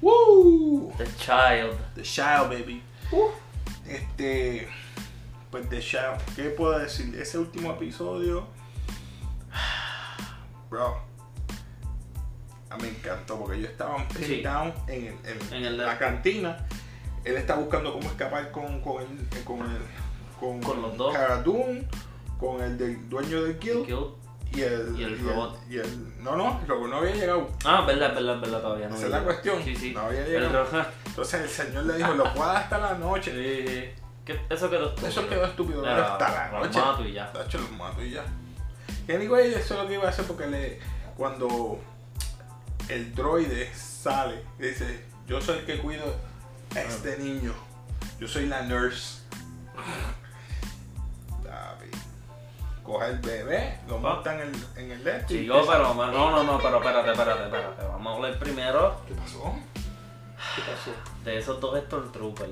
S1: ¡Woo!
S2: The Child.
S1: The Child, baby. Este. Pues The Child. ¿Qué puedo decir? Ese último episodio. Bro. ah, Me encantó porque ellos estaban pinned
S2: Sí.
S1: down en, el- en
S2: En el-
S1: la cantina. Él está buscando cómo escapar con, con, el, eh, con, el, con,
S2: Con los dos.
S1: Cara Dune, con el del dueño del guild
S2: Guild.
S1: y el,
S2: y el robot.
S1: y el- no, no, el robot no había llegado.
S2: Ah, verdad, verdad, verdad, todavía no.
S1: Esa es
S2: había
S1: la
S2: llegado.
S1: cuestión.
S2: Sí, sí.
S1: No había
S2: El
S1: llegado.
S2: rojo.
S1: Entonces el señor le dijo, lo puedo hasta la noche.
S2: Sí, sí. ¿Qué- Eso quedó estúpido.
S1: Eso quedó estúpido, pero
S2: Era-
S1: hasta la
S2: lo
S1: noche.
S2: mato y ya.
S1: Tacho, los mato y ya. Que digo, ella, eso es lo que iba a hacer porque le, cuando el droide sale, dice, yo soy el que cuido a este niño. Yo soy la nurse. Papi. Coge el bebé, lo
S2: Va.
S1: monta en el, en el de esto y
S2: Chico,
S1: empieza-
S2: pero no, no, no, pero espérate, espérate, espérate. Vamos a hablar primero
S1: ¿Qué pasó? ¿Qué pasó?
S2: de esos dos Stormtroopers.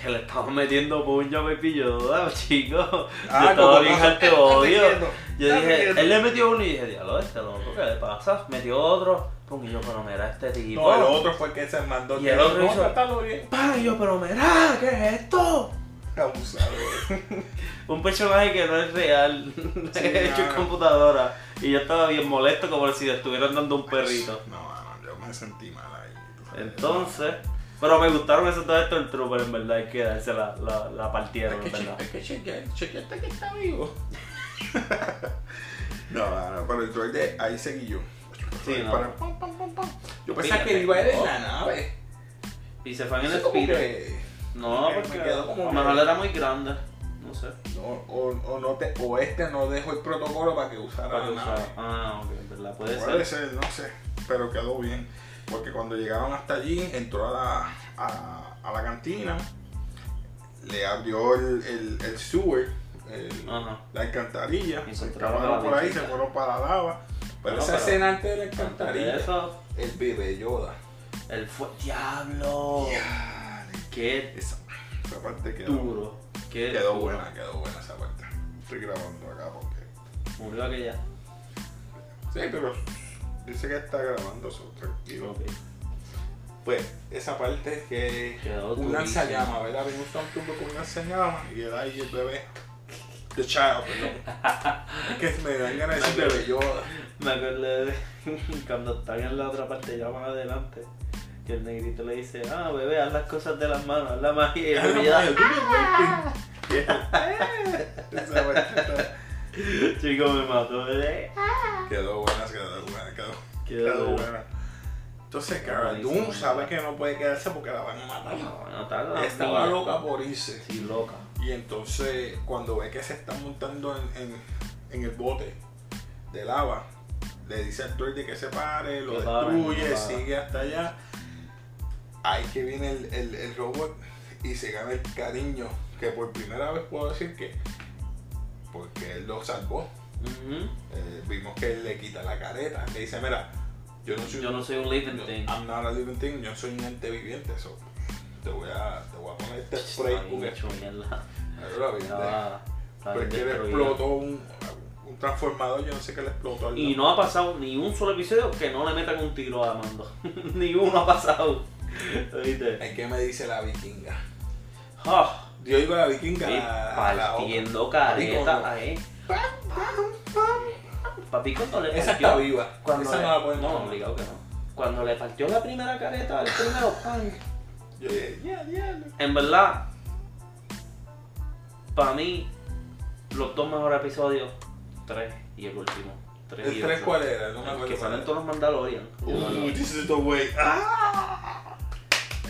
S2: Que le estaban metiendo puño a Baby Yoda, ah, chico. yo estaba
S1: Ah, como
S2: bien
S1: pasa-
S2: harto de
S1: Está
S2: odio.
S1: riendo,
S2: Yo
S1: está
S2: dije,
S1: riendo.
S2: él le metió uno y dije, diablo, este loco, ¿qué le pasa? Metió otro, pum, y yo, pero mira este tipo.
S1: No, el otro fue el que se mandó.
S2: Y el otro
S1: no,
S2: hizo-
S1: trátalo bien.
S2: Pa, y yo, pero mira, ¿qué es esto?
S1: Abusador.
S2: Un personaje que no es real,
S1: Sí,
S2: hecho
S1: no,
S2: en
S1: no.
S2: computadora. Y yo estaba bien molesto como si le estuvieran dando un perrito.
S1: No, no, yo me sentí mal ahí. tú sabes.
S2: Entonces, pero me gustaron esos dos Stormtroopers, en verdad, hay que darse la, la, la
S1: Hay
S2: partida, en
S1: que, che-
S2: verdad.
S1: hay que chequear, chequear hasta que está vivo. No, no, pero el droid de ahí seguí yo.
S2: Sí, no.
S1: Para- pam, pam, pam, pam. Yo pensaba
S2: Fíjate,
S1: que iba a ir
S2: no.
S1: en la nave.
S2: Y se fue en el
S1: Eso como
S2: Spirit.
S1: que-
S2: No,
S1: me- me
S2: porque
S1: quedó
S2: a
S1: como
S2: lo
S1: que- Ah,
S2: mejor era muy grande. No sé.
S1: No, o, o no te, o este no dejó el protocolo para que usara
S2: Para
S1: la
S2: que
S1: nave.
S2: usara. Ah, ok, en verdad. Puede
S1: Puede
S2: ser.
S1: ser, no sé, pero quedó bien. Porque cuando llegaron hasta allí, entró a la, a, a la cantina, le abrió el, el, el sewer, el-
S2: Ajá.
S1: la alcantarilla,
S2: Ah. Y
S1: se
S2: encontraron a
S1: escaparon
S2: la
S1: por ahí, se
S2: bichita.
S1: fueron para la lava. Pero
S2: No,
S1: esa
S2: pero-
S1: escena antes de la
S2: Ante
S1: alcantarilla,
S2: Eso,
S1: el bebé Yoda.
S2: él fue. ¡Diablo! ¡Qué
S1: Esa, esa parte quedó,
S2: duro! ¡Qué
S1: quedó
S2: duro.
S1: buena, quedó buena esa parte. Estoy grabando acá porque...
S2: Murió aquella.
S1: Sí, pero dice que está grabando eso, tranquilo.
S2: Ok.
S1: Pues, esa parte es que
S2: Quedó
S1: un
S2: durísimo.
S1: lanzallamas, ¿verdad? Vino un Stormtrooper con un lanzallamas y él ahí el bebé. The child, perdón. es que me dan ganas de decir bebé Yoda.
S2: Me acuerdo de cuando están en la otra parte, ya más adelante, que el negrito le dice, ah, bebé, haz las cosas de las manos, haz la magia. Y él olvida.
S1: Eh, Esa parte está-
S2: Chico, me mató, bebé.
S1: Quedó buena, quedó buena, quedó,
S2: Quedó
S1: quedó
S2: buena.
S1: buena. Entonces,
S2: Quedó
S1: Cara Dune
S2: buenísimo.
S1: sabe que no puede quedarse porque la van a matar.
S2: No, no, tal, la
S1: Estaba
S2: mía.
S1: loca por irse.
S2: Sí, loca.
S1: Y entonces, cuando ve que se está montando en, en- en el bote de lava, le dice al droide que se pare, lo
S2: Que pare,
S1: destruye,
S2: que pare.
S1: sigue hasta allá. Ahí que viene el, el- el robot y se gana el cariño, que por primera vez puedo decir que, porque él lo salvó.
S2: Ujú.
S1: Eh, vimos que él le quita la careta, le dice, mira, yo no Ah, soy
S2: Yo
S1: un-
S2: no soy un living
S1: yo-
S2: thing.
S1: I'm not a living thing, yo soy un ente viviente, eso. Te voy a, te voy a poner este spray
S2: Estaba bien
S1: porque
S2: hecho mierda.
S1: Ahora lo viste.
S2: Estaba- estaba bien
S1: Porque le
S2: destruido.
S1: explotó un, un transformador, yo no sé qué le explotó al
S2: Y no ha pasado ni un solo episodio que no le metan un tiro a Mando. ni uno ha pasado. ¿Viste?
S1: ¿En qué me dice la vikinga?
S2: Ah,
S1: Yo digo la vikinga a
S2: estoy
S1: la, la otra.
S2: partiendo
S1: Papi,
S2: careta, eh. Papi, cuando le
S1: Esa está
S2: partió-
S1: viva.
S2: Cuando
S1: Esa
S2: le-
S1: no la pueden
S2: No, obligado que no. Cuando le partió la primera careta al primero, pan.
S1: Yo dije, "Yeah, yeah".
S2: En verdad, para mí, los dos mejores episodios, tres y el último. Tres y
S1: ¿El 3
S2: ocho.
S1: cuál era? No me
S2: El
S1: acuerdo.
S2: que
S1: cuál
S2: salen
S1: era.
S2: todos los Mandalorian.
S1: Uh, this is the way. Ah.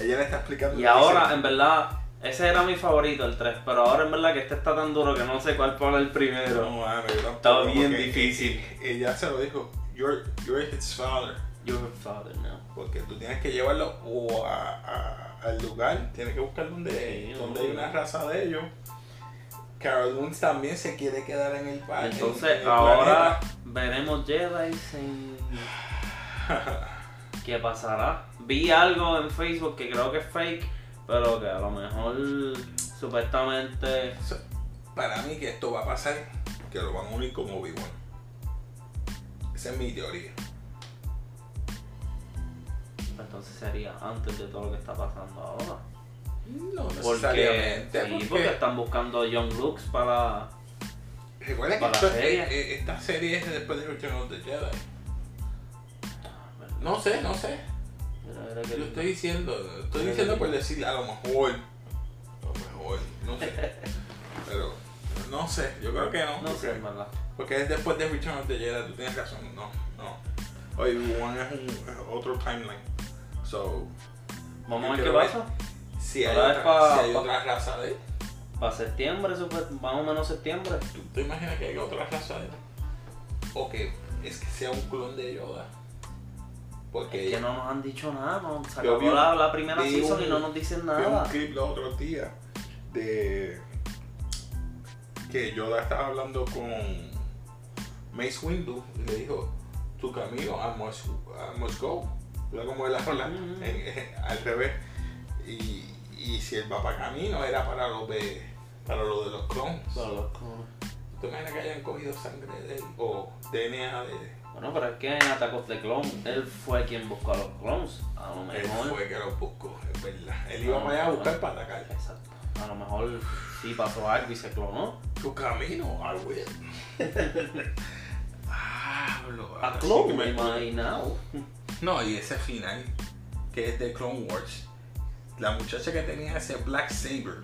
S1: Ella le está explicando. lo
S2: Y
S1: que
S2: ahora,
S1: dice.
S2: en verdad, ese era mi favorito, el 3. Pero ahora, en verdad, que este está tan duro que no sé cuál poner el primero.
S1: No, mami, yo tampoco,
S2: Está bien
S1: porque
S2: difícil.
S1: Ella se lo dijo. You're, you're his father.
S2: Yo Your father now.
S1: Porque tú tienes que llevarlo o a- a- al lugar, tienes que buscar donde,
S2: Sí,
S1: donde
S2: no.
S1: hay una raza de ellos. Carol Moon también se quiere quedar en el parque. en
S2: Entonces,
S1: el
S2: ahora veremos Jedi en. ¿Qué pasará? Vi algo en Facebook que creo que es fake, pero que a lo mejor supuestamente.
S1: planeta. Para mí que esto va a pasar, que lo van a unir como obi Esa es mi teoría.
S2: Entonces sería antes de todo lo que está pasando ahora.
S1: No
S2: Porque,
S1: necesariamente.
S2: sí, porque
S1: porque
S2: están buscando a John Lux para.
S1: recuerda que
S2: para
S1: esto-
S2: la serie.
S1: eh, eh, esta serie es después de Return of the Jedi. No sé, no sé.
S2: Mira, mira que-
S1: Yo estoy diciendo, estoy diciendo por decir a lo mejor, a lo mejor, no sé. Pero no sé, yo creo que no.
S2: No
S1: porque,
S2: sé, en verdad.
S1: porque es después de Return of the Jedi, tú tienes razón, no, no. Oye, One es un es otro timeline. So,
S2: Vamos
S1: Yo
S2: a ver qué
S1: quiero ver.
S2: pasa.
S1: si hay,
S2: Ahora es
S1: otra,
S2: pa-
S1: si hay
S2: pa-
S1: otra raza de él,
S2: Para septiembre, supe- más o menos septiembre.
S1: ¿tú te imaginas que hay otra raza de él? O que es que sea un clon de Yoda. Porque
S2: Es que no nos han dicho nada, no, se
S1: Yo
S2: acabó
S1: vi un-
S2: la, la primera
S1: vi
S2: season
S1: un-
S2: y no nos dicen
S1: Vi un
S2: nada.
S1: clip los otros días de que Yoda estaba hablando con Mace Windu y le dijo tu camino a, Mos a Moscú. Era como él habla
S2: Ujú.
S1: en- en- al revés. Y, y si el papá camino era para lo de, para lo de los clones. ¿Tú imaginas que hayan cogido sangre de él o DNA de él?
S2: Bueno, pero es que en Attack of the Clones, él fue quien buscó a los clones. A lo
S1: Él
S2: mejor.
S1: fue que los buscó, es verdad. Él iba
S2: Ah,
S1: para allá a
S2: bueno.
S1: buscar para atacar.
S2: Exacto. A lo mejor sí pasó algo y se clonó.
S1: Tu camino, I will. Pablo,
S2: A
S1: ahora sí
S2: clone,
S1: que me-
S2: imaginado.
S1: No, y ese final, que es de Clone Wars, la muchacha que tenía ese Black Saber,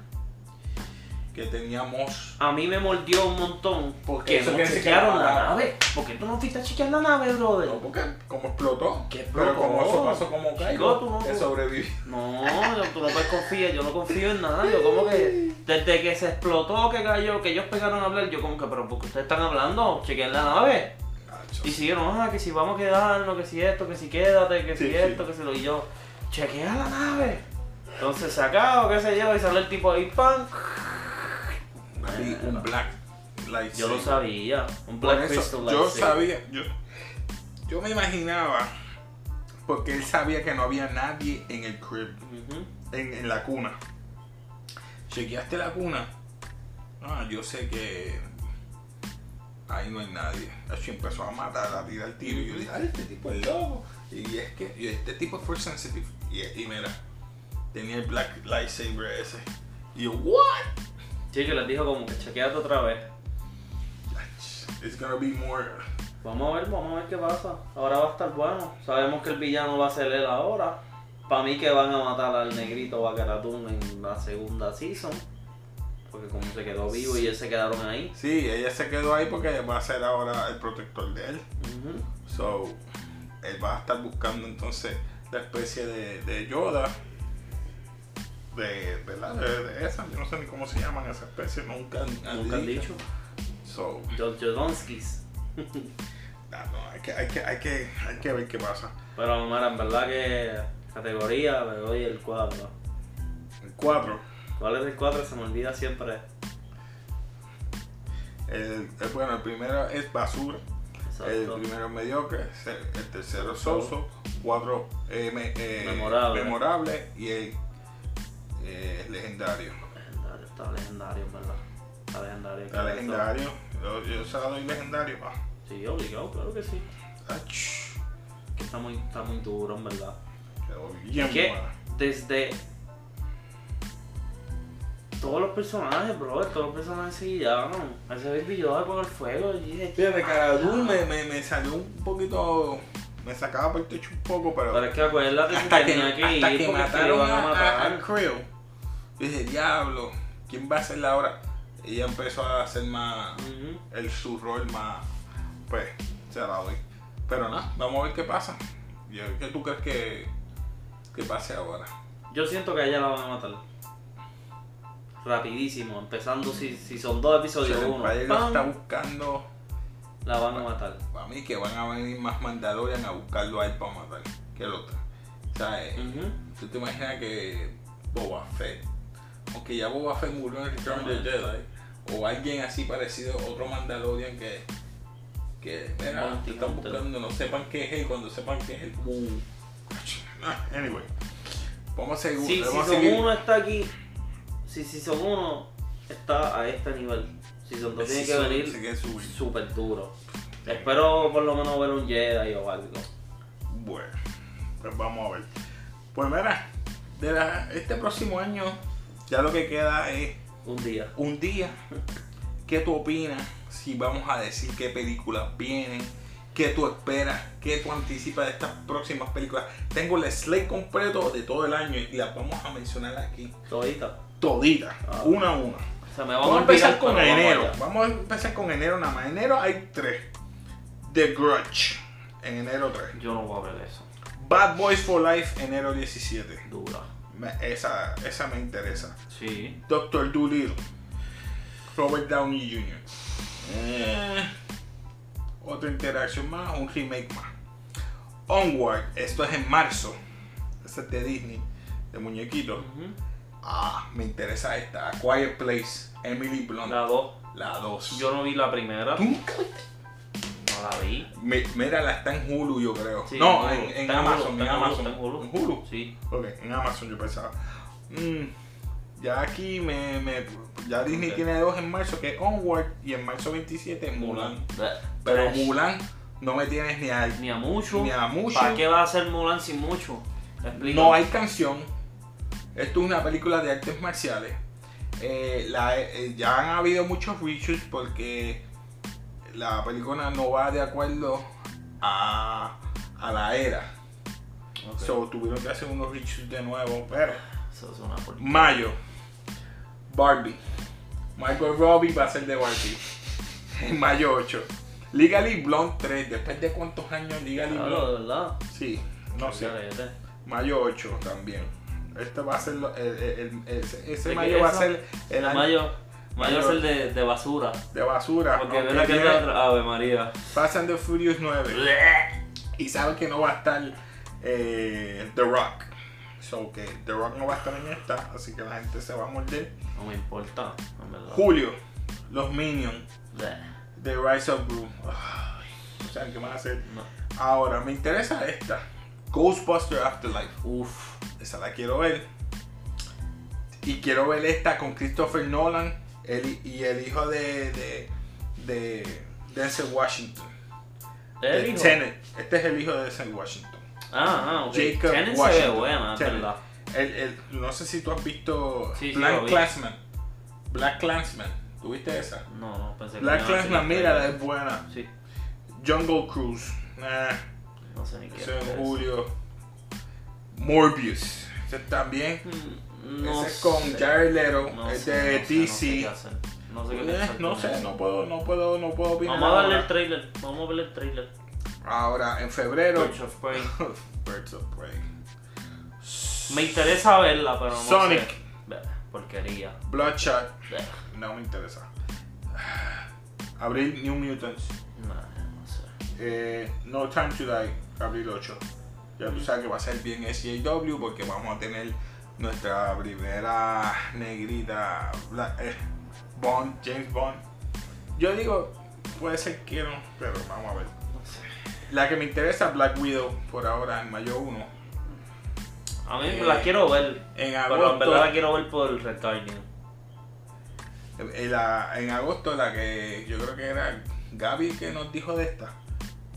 S1: que teníamos.
S2: A mí me mordió un montón porque
S1: Eso
S2: no
S1: quiere decir que
S2: chequearon
S1: no
S2: la
S1: nada.
S2: nave. ¿Por qué tú no fuiste a chequear la nave, brother?
S1: No, porque como explotó.
S2: ¿Qué
S1: Pero
S2: explotó?
S1: como eso pasó como caigo,
S2: Chico, tú no-
S1: que sobrevivió.
S2: No, yo- tú no puedes confiar, yo no confío en nada. Yo como que desde que se explotó, que cayó, que ellos pegaron a hablar, yo como que, pero ¿por qué ustedes están hablando? Chequen la nave.
S1: Nacho.
S2: Y siguieron, ah, que si vamos a quedarnos, que si esto, que si quédate, que si
S1: Sí, sí.
S2: esto, que si lo. Y yo, chequea la nave. Entonces se acaba, qué sé yo, y sale el tipo ahí, pan.
S1: Y un black light.
S2: Yo lo sabía, un
S1: Por
S2: Black
S1: eso,
S2: Crystal
S1: yo
S2: lightsaber.
S1: sabía, yo, yo me imaginaba, porque él sabía que no había nadie en el crib,
S2: Ujú.
S1: en, en la cuna. Chequeaste la cuna. Ah, yo sé que ahí no hay nadie. Así empezó a matar, a tirar el tiro. Y yo dije, ah, este tipo es loco. Y es que y este tipo es force sensitive. Y, y mira, tenía el black lightsaber ese. Y yo, what?
S2: Sí, que les dijo como que chequeate otra vez.
S1: It's gonna be more.
S2: Vamos a ver, vamos a ver qué pasa. Ahora va a estar bueno. Sabemos que el villano va a ser él ahora. Para mí que van a matar al negrito Bacaratún en la segunda season. Porque como se quedó vivo y él se quedaron ahí.
S1: Sí, ella se quedó ahí porque va a ser ahora el protector de él.
S2: Ujú.
S1: So, él va a estar buscando entonces la especie de, de Yoda. De, ¿verdad? De, de esa, yo no sé ni cómo se llaman esa especie, nunca,
S2: Nunca han dicho.
S1: So,
S2: Los Jodonskis.
S1: ah, no, hay, que, hay, que, hay, que, hay que ver qué pasa.
S2: Pero Mara, en verdad que categoría le doy el 4.
S1: El 4,
S2: ¿Cuál es el 4? Se me olvida siempre.
S1: el, el- bueno, el primero es basura,
S2: Exacto.
S1: el primero es mediocre, se- el tercero es soso, cuatro eh, me- eh,
S2: Memorable.
S1: memorable y el eh, legendario.
S2: Legendario, está legendario, en verdad. Está legendario.
S1: Está legendario, yo, yo se la doy legendario. ah.
S2: Sí, obligado, claro que sí.
S1: Ach,
S2: Que está muy, está muy duro, en verdad.
S1: quedó bien
S2: que
S1: mala.
S2: desde todos los personajes, bro, todos los personajes se guiaron. Ese baby Yoda con el fuego, y dije,
S1: Fíjate, Cagadú me, me, me salió un poquito. Me sacaba por el techo un poco, pero.
S2: pero es que acuérdate
S1: hasta
S2: que
S1: que,
S2: tenía que,
S1: hasta
S2: ir
S1: que
S2: porque es que lo
S1: mataron
S2: iban
S1: a,
S2: a
S1: a,
S2: matar.
S1: a Creel, dije, diablo, ¿quién va a ser la hora? Ella empezó a hacer más.
S2: Ujú.
S1: El su rol más. Pues, se la doy. Pero nada, vamos a ver qué pasa. Yo- ¿Qué tú crees que, que pase ahora?
S2: Yo siento que a ella la van a matar. Rapidísimo, empezando si, si son dos episodios
S1: el
S2: uno,
S1: Empire lo
S2: ¡pam!
S1: está buscando.
S2: la van a matar.
S1: Para mí que van a venir más Mandalorian a buscarlo a él para matar que el otro. O sea, eh,
S2: Ujú.
S1: tú te imaginas que Boba Fett, aunque ya Boba Fett murió en Return of the Jedi, o alguien así parecido, otro Mandalorian que, que mira, te están buscando, no sepan qué es él, cuando sepan qué es él. uh, Anyway, vamos a seguir.
S2: Si, si
S1: vamos a
S2: son
S1: seguir.
S2: uno está aquí, si, si son uno está a este nivel. Si son dos tiene
S1: Sí,
S2: que
S1: sí,
S2: venir
S1: sí, que subir.
S2: súper duro. Espero por lo menos ver un Jedi o algo.
S1: Bueno, pues vamos a ver. Pues mira, de la- este próximo año ya lo que queda es
S2: Un día.
S1: un día. ¿Qué tú opinas? Si vamos a decir qué películas vienen, qué tú esperas, qué tú anticipas de estas próximas películas. Tengo el slate completo de todo el año y las vamos a mencionar aquí.
S2: Todita.
S1: Toditas,
S2: Ah.
S1: una a una.
S2: Se me va
S1: Vamos a empezar con
S2: pero vamos
S1: enero.
S2: allá.
S1: Vamos a empezar con enero nada más. Enero hay tres. The Grudge, en enero 3.
S2: Yo no voy a ver eso.
S1: Bad Boys for Life, enero 17.
S2: Dura.
S1: Me- esa, esa me interesa.
S2: Sí.
S1: Doctor Dolittle, Robert Downey Jr. Eh, otra interacción más, un remake más. Onward, esto es en marzo. Esta es de Disney, de muñequito.
S2: Ujú.
S1: Ah, me interesa esta. A Quiet Place, Emily Blunt,
S2: La dos.
S1: la 2.
S2: Yo no vi la primera.
S1: ¿Tú nunca viste?
S2: No la vi.
S1: Mi- Mira, la está en Hulu, yo creo.
S2: Sí,
S1: no,
S2: en
S1: en,
S2: Hulu.
S1: en
S2: Está en Hulu,
S1: Amazon.
S2: está en
S1: en
S2: Hulu,
S1: Amazon.
S2: está en Hulu.
S1: En Hulu.
S2: Sí.
S1: Ok, en Amazon yo pensaba. mm, ya aquí me, me- Ya Disney
S2: Ok.
S1: tiene dos en marzo, que es Onward, y en marzo 27 es Mulan.
S2: Bleh.
S1: Pero
S2: Trash.
S1: Mulan no me tienes ni a.
S2: Ni a mucho.
S1: Ni a mucho.
S2: ¿Para qué va a hacer Mulan sin mucho? Explica.
S1: No hay canción. Esto es una película de artes marciales. Eh, la- eh, ya han habido muchos reshoots porque la película no va de acuerdo a, a la era.
S2: Ok.
S1: So tuvieron que hacer unos reshoots de nuevo, pero.
S2: Eso es una por-
S1: Mayo. Barbie. Michael Robbie va a ser de Barbie. En mayo 8. Legally Blonde 3. ¿Después de cuántos años Legally
S2: Claro,
S1: Blonde?
S2: de verdad.
S1: Sí, no sé.
S2: Carete.
S1: Mayo 8 también. Este va a ser. lo- el- el- el- ese ese
S2: Es
S1: mayo
S2: que
S1: va a
S2: eso-
S1: ser el año
S2: Mayo. Mayo
S1: Mayo.
S2: es el de, de basura.
S1: de basura.
S2: Porque
S1: aunque
S2: veo que es
S1: tiene
S2: la otra. Ave María.
S1: Fast and the Furious 9. Y sabe que no va a estar eh, The Rock. So que The Rock no va a estar en esta, así que la gente se va a morder.
S2: No me importa, en verdad.
S1: Julio, los Minions,
S2: Bleh.
S1: The Rise of Gru. Ay, No saben qué van a hacer.
S2: No.
S1: Ahora, me interesa esta. Ghostbuster Afterlife.
S2: Uf.
S1: Esa la quiero ver. Y quiero ver esta con Christopher Nolan el- y el hijo de, de, de Denzel Washington.
S2: ¿El
S1: de
S2: hijo?
S1: Tenet. Este es el hijo de Denzel Washington.
S2: Ah, ah, ok.
S1: Jacob
S2: Tenet se
S1: Washington.
S2: ve buena, es
S1: Tenet.
S2: verdad.
S1: El, el- no sé si tú has visto
S2: Sí, sí, lo
S1: Black
S2: vi.
S1: Clansman. Black Clansman. ¿Tuviste esa?
S2: No, no, pensé que
S1: Black
S2: me iba a decir
S1: Clansman,
S2: que-
S1: mira, es buena.
S2: Sí,
S1: Jungle Cruise. Nah,
S2: no sé ni qué.
S1: eh, eso en
S2: es.
S1: julio. Morbius. Ese también.
S2: Mm, No
S1: ese es con
S2: sé.
S1: Jared Leto.
S2: No
S1: es
S2: sé,
S1: de
S2: no sé,
S1: DC.
S2: No sé qué hacer. No sé qué
S1: Eh,
S2: pensar
S1: no
S2: con
S1: sé,
S2: eso.
S1: no puedo, no puedo, no puedo opinar.
S2: Vamos a darle
S1: ahora.
S2: el trailer. Vamos a ver el trailer.
S1: Ahora, en febrero.
S2: Birds of Prey.
S1: Birds of Prey.
S2: Me interesa verla, pero no
S1: Sonic.
S2: sé. Bleh, Porquería.
S1: Bloodshot.
S2: Bleh.
S1: No me interesa. Abril New Mutants.
S2: No, no sé.
S1: Eh, no Time to Die. Abril 8. Ya tú sabes que va a ser bien SJW porque vamos a tener nuestra primera negrita bla- eh, Bond, James Bond. Yo digo, puede ser que no, pero vamos a ver.
S2: No sé.
S1: La que me interesa Black Widow por ahora en mayo 1.
S2: A mí
S1: Eh,
S2: la quiero ver.
S1: En
S2: Pero en verdad la
S1: agosto,
S2: quiero ver por Red Guardian.
S1: en, eh, la- en agosto la que yo creo que era Gaby que nos dijo de esta.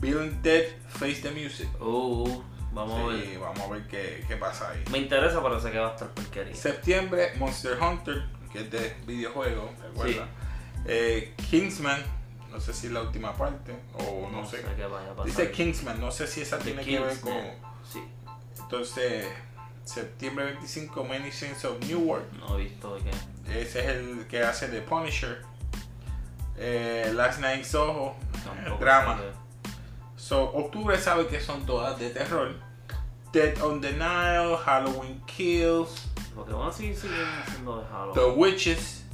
S1: Bill and Ted Face the Music.
S2: Uh, uh, vvamos a
S1: Sí,
S2: ver.
S1: vamos a ver qué, qué pasa ahí.
S2: Me interesa, pero sé que va a estar porquería.
S1: Septiembre, Monster Hunter, que es de videojuego, ¿te acuerdas? Eh, Kingsman, no sé si es la última parte, o no, sé.
S2: qué vaya a pasar.
S1: Dice Kingsman, no sé si esa
S2: The
S1: tiene que
S2: Kingsman.
S1: ver
S2: Sí,
S1: con. Entonces, septiembre 25, Many Saints of New York.
S2: no he visto de qué.
S1: Ese es el que hace de Punisher. Eh, Last Night Soho.
S2: Tampoco
S1: Drama.
S2: sé
S1: So, octubre sabe que son todas de terror. Dead on the Nile, Halloween Kills,
S2: qué. Porque van a seguir siguiendo haciendo de
S1: The
S2: Halloween.
S1: Witches.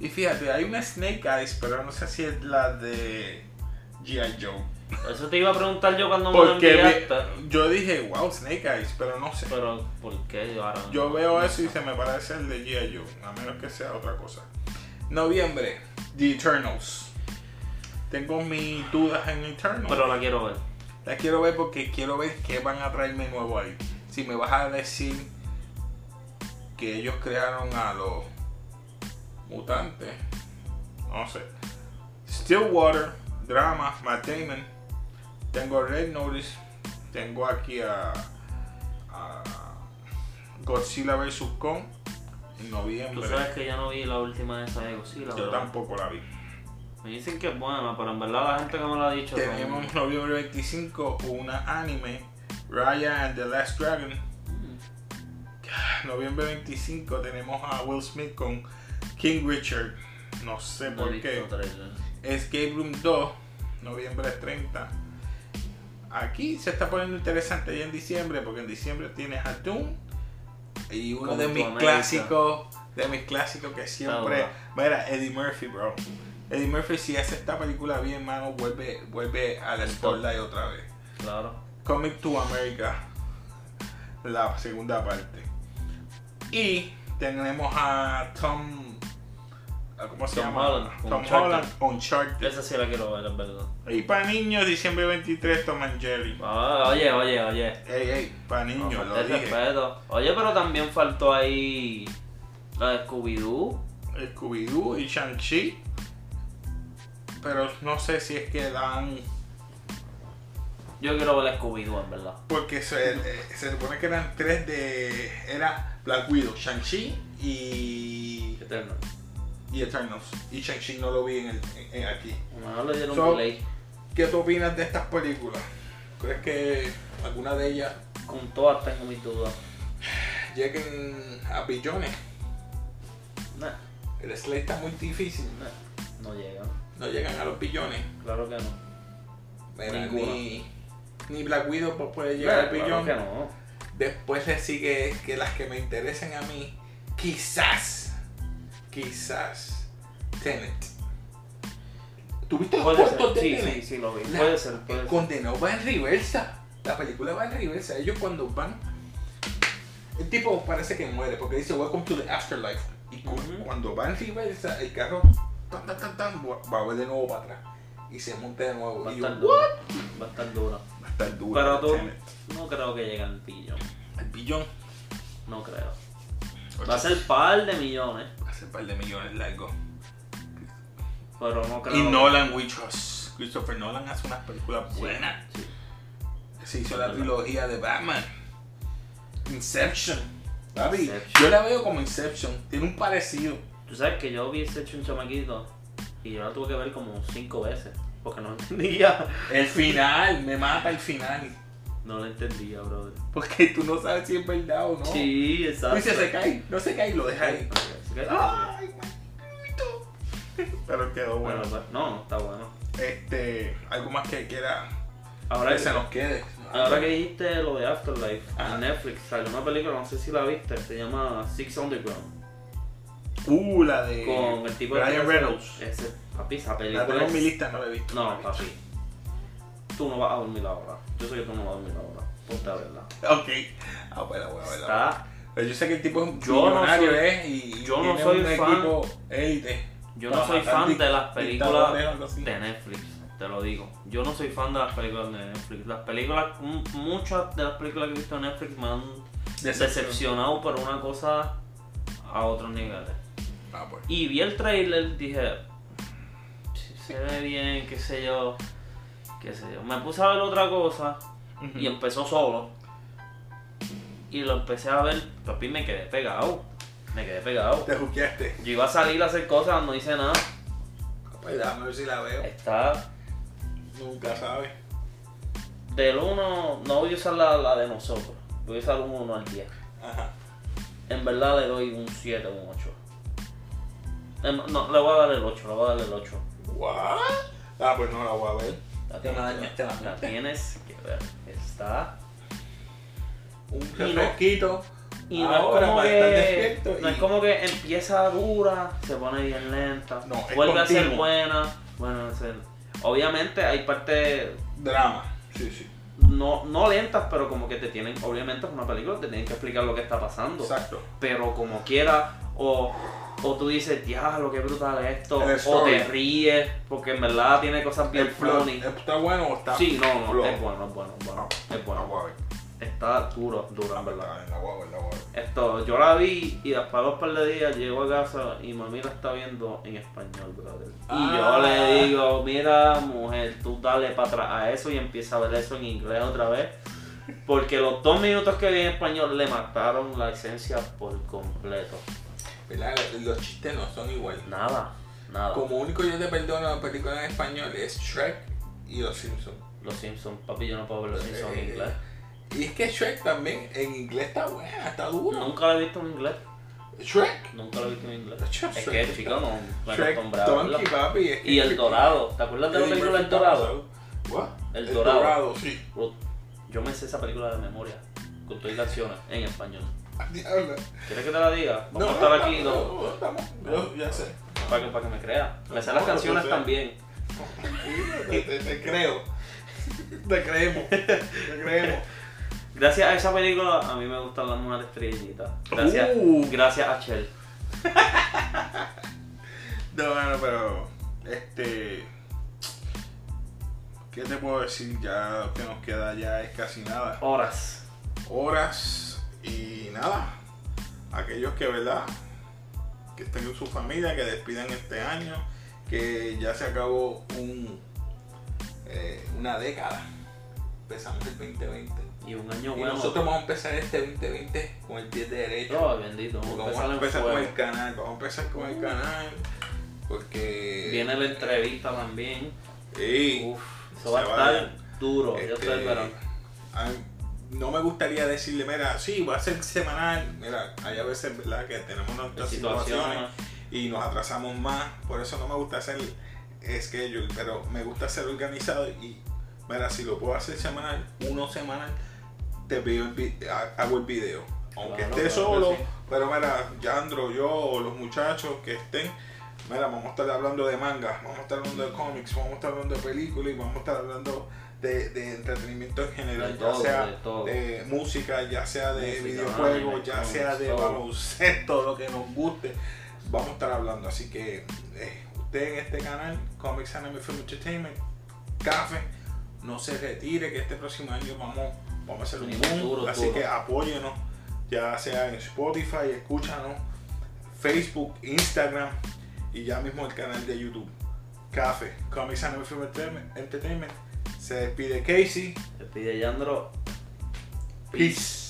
S1: Y fíjate, hay una Snake Eyes, pero no sé si es la de G.I. Joe.
S2: Eso te iba a preguntar yo cuando me lo
S1: Porque
S2: enviaste.
S1: vi- yo dije, wow, Snake Eyes, pero no sé.
S2: Pero, ¿por qué yo ahora?
S1: Yo veo eso y se me parece el de G.I. Joe, a menos que sea otra cosa. Noviembre, The Eternals. Tengo mis dudas en Eternals.
S2: Pero la quiero ver.
S1: La quiero ver porque quiero ver qué van a traerme nuevo ahí. Si me vas a decir que ellos crearon a los mutantes. No sé. Stillwater, drama, Matt Damon. Tengo Red Notice. Tengo aquí a, a Godzilla vs. Kong en
S2: Tú
S1: noviembre.
S2: sabes que yo no vi la última de esa de Godzilla.
S1: Yo
S2: bro.
S1: tampoco la vi.
S2: Me dicen que es buena, pero en verdad la gente que me lo ha dicho. son-
S1: Tenemos noviembre 25 una anime, Raya and the Last Dragon.
S2: Mm.
S1: Noviembre 25 tenemos a Will Smith con King Richard. No sé
S2: No he
S1: por
S2: visto
S1: qué.
S2: trailer.
S1: Escape Room 2, noviembre 30. Aquí se está poniendo interesante ya en diciembre, porque en diciembre tienes a Doom y uno
S2: Como
S1: de
S2: tu
S1: mis
S2: América.
S1: clásicos, de mis clásicos que siempre,
S2: Ah,
S1: mira, Eddie Murphy, bro. Eddie Murphy si hace esta película bien, mano, vuelve, vuelve a la spotlight otra vez.
S2: Claro.
S1: Comic to America, la segunda parte. Y tenemos a Tom, ¿cómo se
S2: Tom
S1: llama?
S2: Holland,
S1: Tom
S2: Uncharted.
S1: Holland, Uncharted.
S2: Esa sí la quiero ver, en verdad.
S1: Y para niños, diciembre 23, Tom and Jerry.
S2: Ah, oye, oye, oye.
S1: Ey, ey, para
S2: No,
S1: niños,
S2: falta
S1: lo
S2: el
S1: dije.
S2: respeto. Oye, pero también faltó ahí la de Scooby-Doo.
S1: Scooby-Doo y Shang-Chi. Pero no sé si es que dan.
S2: Yo quiero ver la Scooby-Doo, en verdad.
S1: Porque se, eh, se supone que eran tres de. Era Black Widow, Shang-Chi y.
S2: Eterno.
S1: y Eternals. Y Shang-Chi no lo vi en, el, en- en aquí.
S2: No le dieron
S1: So-
S2: play.
S1: ¿Qué tú opinas de estas películas? ¿Crees que alguna de ellas
S2: Con todas tengo mis dudas.
S1: lleguen a billones?
S2: Nah.
S1: El slate está muy difícil.
S2: No llegan,
S1: No llegan a los billones.
S2: claro que no.
S1: Mira,
S2: Ninguno.
S1: ni, ni Black Widow pues, puede llegar al
S2: Claro
S1: billón.
S2: que no.
S1: Después le sigue que las que me interesen a mí, quizás, quizás, Tenet. ¿Tuviste los
S2: Puede
S1: cortos
S2: ser,
S1: de
S2: sí,
S1: Tenet?
S2: sí, sí, lo vi.
S1: La-
S2: Puede ser, puede ser.
S1: Condenado va en reversa. La película va en reversa. Ellos cuando van. El tipo parece que muere porque dice Welcome to the Afterlife. Y cu-
S2: Ujú.
S1: cuando va en reversa, el carro tan, tan, tan, tan, va va a ver de nuevo para atrás. Y se monta de nuevo.
S2: Va a
S1: y yo,
S2: estar
S1: "What?".
S2: duro. Va a estar duro.
S1: Va a estar duro.
S2: Pero tú,
S1: Tenet.
S2: no creo que llegue al billón.
S1: El billón.
S2: No creo. Va a ser par de millones,
S1: Va a ser un par de millones largo.
S2: pero no creo.
S1: Y Nolan Witchos. Christopher Nolan hace unas películas
S2: Sí,
S1: buenas.
S2: sí.
S1: Se hizo la
S2: Nolan.
S1: trilogía de Batman. Inception. Papi,
S2: Inception.
S1: yo la veo como Inception. Tiene un parecido.
S2: Tú sabes que yo hubiese hecho un chamaquito y yo la tuve que ver como cinco veces porque no entendía.
S1: El final, me mata el final.
S2: No lo entendía, brother.
S1: Porque tú no sabes si es verdad o no.
S2: Sí, exacto.
S1: Dice, se cae, no se cae y lo deja ahí.
S2: Se cae.
S1: Ay, maldito. Pero quedó
S2: ah. Bueno,
S1: bueno.
S2: pues, no, no, está bueno.
S1: Este, algo más que quiera
S2: Ahora
S1: que
S2: que,
S1: se nos quede.
S2: ahora que dijiste lo de Afterlife,
S1: Ajá.
S2: en Netflix salió una película, no sé si la viste, se llama Six Underground.
S1: Uh, la de.
S2: Con el tipo
S1: Ryan
S2: de.
S1: Reynolds.
S2: Ese, papi, esa
S1: La
S2: película.
S1: tengo en mi
S2: es-
S1: lista, no la he visto.
S2: No, papi. Tú no vas a dormir ahora. Yo sé que tú no vas a dormir ahora. Ponte a verla.
S1: Ok. Ah, bueno, bueno, bueno.
S2: Está.
S1: Pero yo sé que el tipo es un
S2: Yo no
S1: millonario,
S2: soy-
S1: ¿eh? Y
S2: yo no
S1: tiene
S2: soy
S1: un
S2: fan-
S1: equipo élite.
S2: Yo no
S1: Para
S2: soy
S1: matar
S2: fan
S1: dic-
S2: de las películas
S1: dictadores o algo así.
S2: de Netflix, te lo digo. Yo no soy fan de las películas de Netflix. Las películas, m- muchas de las películas que he visto en Netflix me han decepcionado por una cosa a otros niveles.
S1: Ah, pues.
S2: Y vi el trailer, dije, "Sí, se ve bien, qué sé yo, qué sé yo. Me puse a ver otra cosa y empezó solo. Y lo empecé a ver, papi, me quedé pegado. Me quedé pegado.
S1: Te juzgaste.
S2: Yo iba a salir a hacer cosas, no hice nada.
S1: Pues déjame ver si la
S2: Eh.
S1: veo.
S2: Está
S1: Nunca sabes.
S2: del 1, no voy a usar la, la de nosotros, voy a usar un 1 al 10.
S1: Ajá.
S2: En verdad le doy un 7, un 8. Em, No, le voy a dar el 8, le voy a dar el 8.
S1: ¿What? Ah, pues no la voy a ver.
S2: La
S1: Te
S2: tienes
S1: la
S2: que
S1: dañaste
S2: ver,
S1: la
S2: la tienes que ver. Está.
S1: Un
S2: Y no-
S1: refresquito.
S2: Y no
S1: ahora
S2: es como
S1: Ah, para estar
S2: que.
S1: despierto.
S2: No es
S1: y-
S2: como que empieza dura, se pone bien lenta,
S1: No, es
S2: vuelve a ser
S1: continuo.
S2: buena. Bueno, a ser- obviamente hay partes
S1: Drama. Sí, sí.
S2: no, no lentas, pero como que te tienen, obviamente es una película, te tienen que explicar lo que está pasando.
S1: Exacto.
S2: pero como quiera, o, o tú dices, diablo, qué brutal es esto,
S1: El
S2: o
S1: story.
S2: te ríes, porque en verdad tiene cosas bien
S1: El flow.
S2: funny.
S1: ¿Está bueno o está?
S2: Sí, no, no,
S1: flow.
S2: es bueno, es bueno, es bueno, es
S1: La
S2: bueno.
S1: voy a ver.
S2: Está duro, duro, en verdad.
S1: La voy a ver, la voy a ver.
S2: Esto, yo la vi y después de un par de días llego a casa y mami la está viendo en español, brother. Y
S1: Ah.
S2: yo le digo, mira, mujer, tú dale para atrás a eso y empieza a ver eso en inglés otra vez. Porque los dos minutos que vi en español le mataron la esencia por completo.
S1: ¿Verdad? Los chistes no son igual.
S2: Nada, nada.
S1: Como único yo te perdono la película en español es Shrek y Los Simpsons.
S2: Los Simpsons, papi, yo no puedo ver los Simpsons en
S1: Eh,
S2: inglés.
S1: Y es que Shrek también en inglés está buena, está dura.
S2: Nunca lo he visto en inglés.
S1: Shrek.
S2: Nunca lo he visto en inglés.
S1: Shrek,
S2: Es que
S1: Shrek,
S2: el chico no me
S1: Shrek,
S2: acostumbraba. a verlo.
S1: Donkey, papi. es que-
S2: Y el Dorado, ¿te acuerdas de la
S1: Eddie
S2: película
S1: Murphy
S2: El Dorado?
S1: está pasado. What?
S2: El Dorado.
S1: sí.
S2: Ruth, yo me sé esa película de memoria, con todas las acciones, en español.
S1: Ah, Diablo.
S2: ¿Quieres que te la diga? Vamos
S1: No,
S2: a estar
S1: no,
S2: aquí
S1: no,
S2: dos,
S1: no, estamos- Yo ya sé.
S2: para que, para que me creas. Me sé
S1: No,
S2: las
S1: no,
S2: canciones
S1: yo sé.
S2: también.
S1: Te, te- te creo. Te creemos. Te creemos.
S2: Gracias a esa película, a mí me gustan las mujeres estrellitas. Gracias,
S1: Uh.
S2: gracias a Chel.
S1: No, bueno, pero. Este. ¿Qué te puedo decir? Ya lo que nos queda ya es casi nada.
S2: Horas.
S1: Horas y nada. Aquellos que, ¿verdad? Que estén con su familia, que despidan este año, que ya se acabó un, eh, una década. Empezamos el 2020.
S2: Y un año
S1: Y
S2: bueno.
S1: nosotros vamos a empezar este 2020 con el pie derecho.
S2: Ay, Oh, bendito, vamos a
S1: Vamos
S2: empezar
S1: a
S2: en
S1: empezar con este
S2: fuego.
S1: el canal, vamos a empezar con el canal. Porque.
S2: Viene la entrevista también.
S1: Sí.
S2: Uf,
S1: se
S2: eso va a
S1: va a
S2: estar duro. Yo
S1: Este,
S2: estoy esperando.
S1: a mí- no me gustaría decirle, mira, sí, va a ser semanal. Mira, hay a veces, ¿verdad?, que tenemos nuestras
S2: situaciones.
S1: situaciones. y nos atrasamos más. Por eso no me gusta hacer schedule, pero me gusta ser organizado y mira, si lo puedo hacer semanal, uno semanal, te pido el vi- ha- hago el video. Aunque
S2: Claro,
S1: esté
S2: claro que
S1: solo,
S2: sí.
S1: pero mira, Yandro, yo o los muchachos que estén, mira, vamos a estar hablando de manga, vamos a estar hablando de cómics, vamos a estar hablando de películas y vamos a estar hablando de, de entretenimiento en general,
S2: De
S1: ya
S2: todo,
S1: sea
S2: de todo.
S1: de música, ya sea de
S2: Música,
S1: videojuegos,
S2: anime,
S1: ya
S2: cómics,
S1: sea de
S2: todo.
S1: baloncesto, lo que nos guste, vamos a estar hablando. Así que eh, usted en este canal, Comics Anime Film Entertainment, café, no se retire que este próximo año vamos, vamos a hacer un
S2: Venimos
S1: boom.
S2: duro,
S1: Así
S2: duro.
S1: que apóyenos, ya sea en Spotify, escúchanos, Facebook, Instagram y ya mismo el canal de YouTube. Café, Comics Anime Film Entertainment- Entertainment. Se despide Casey.
S2: Te pide Yandro.
S1: Peace.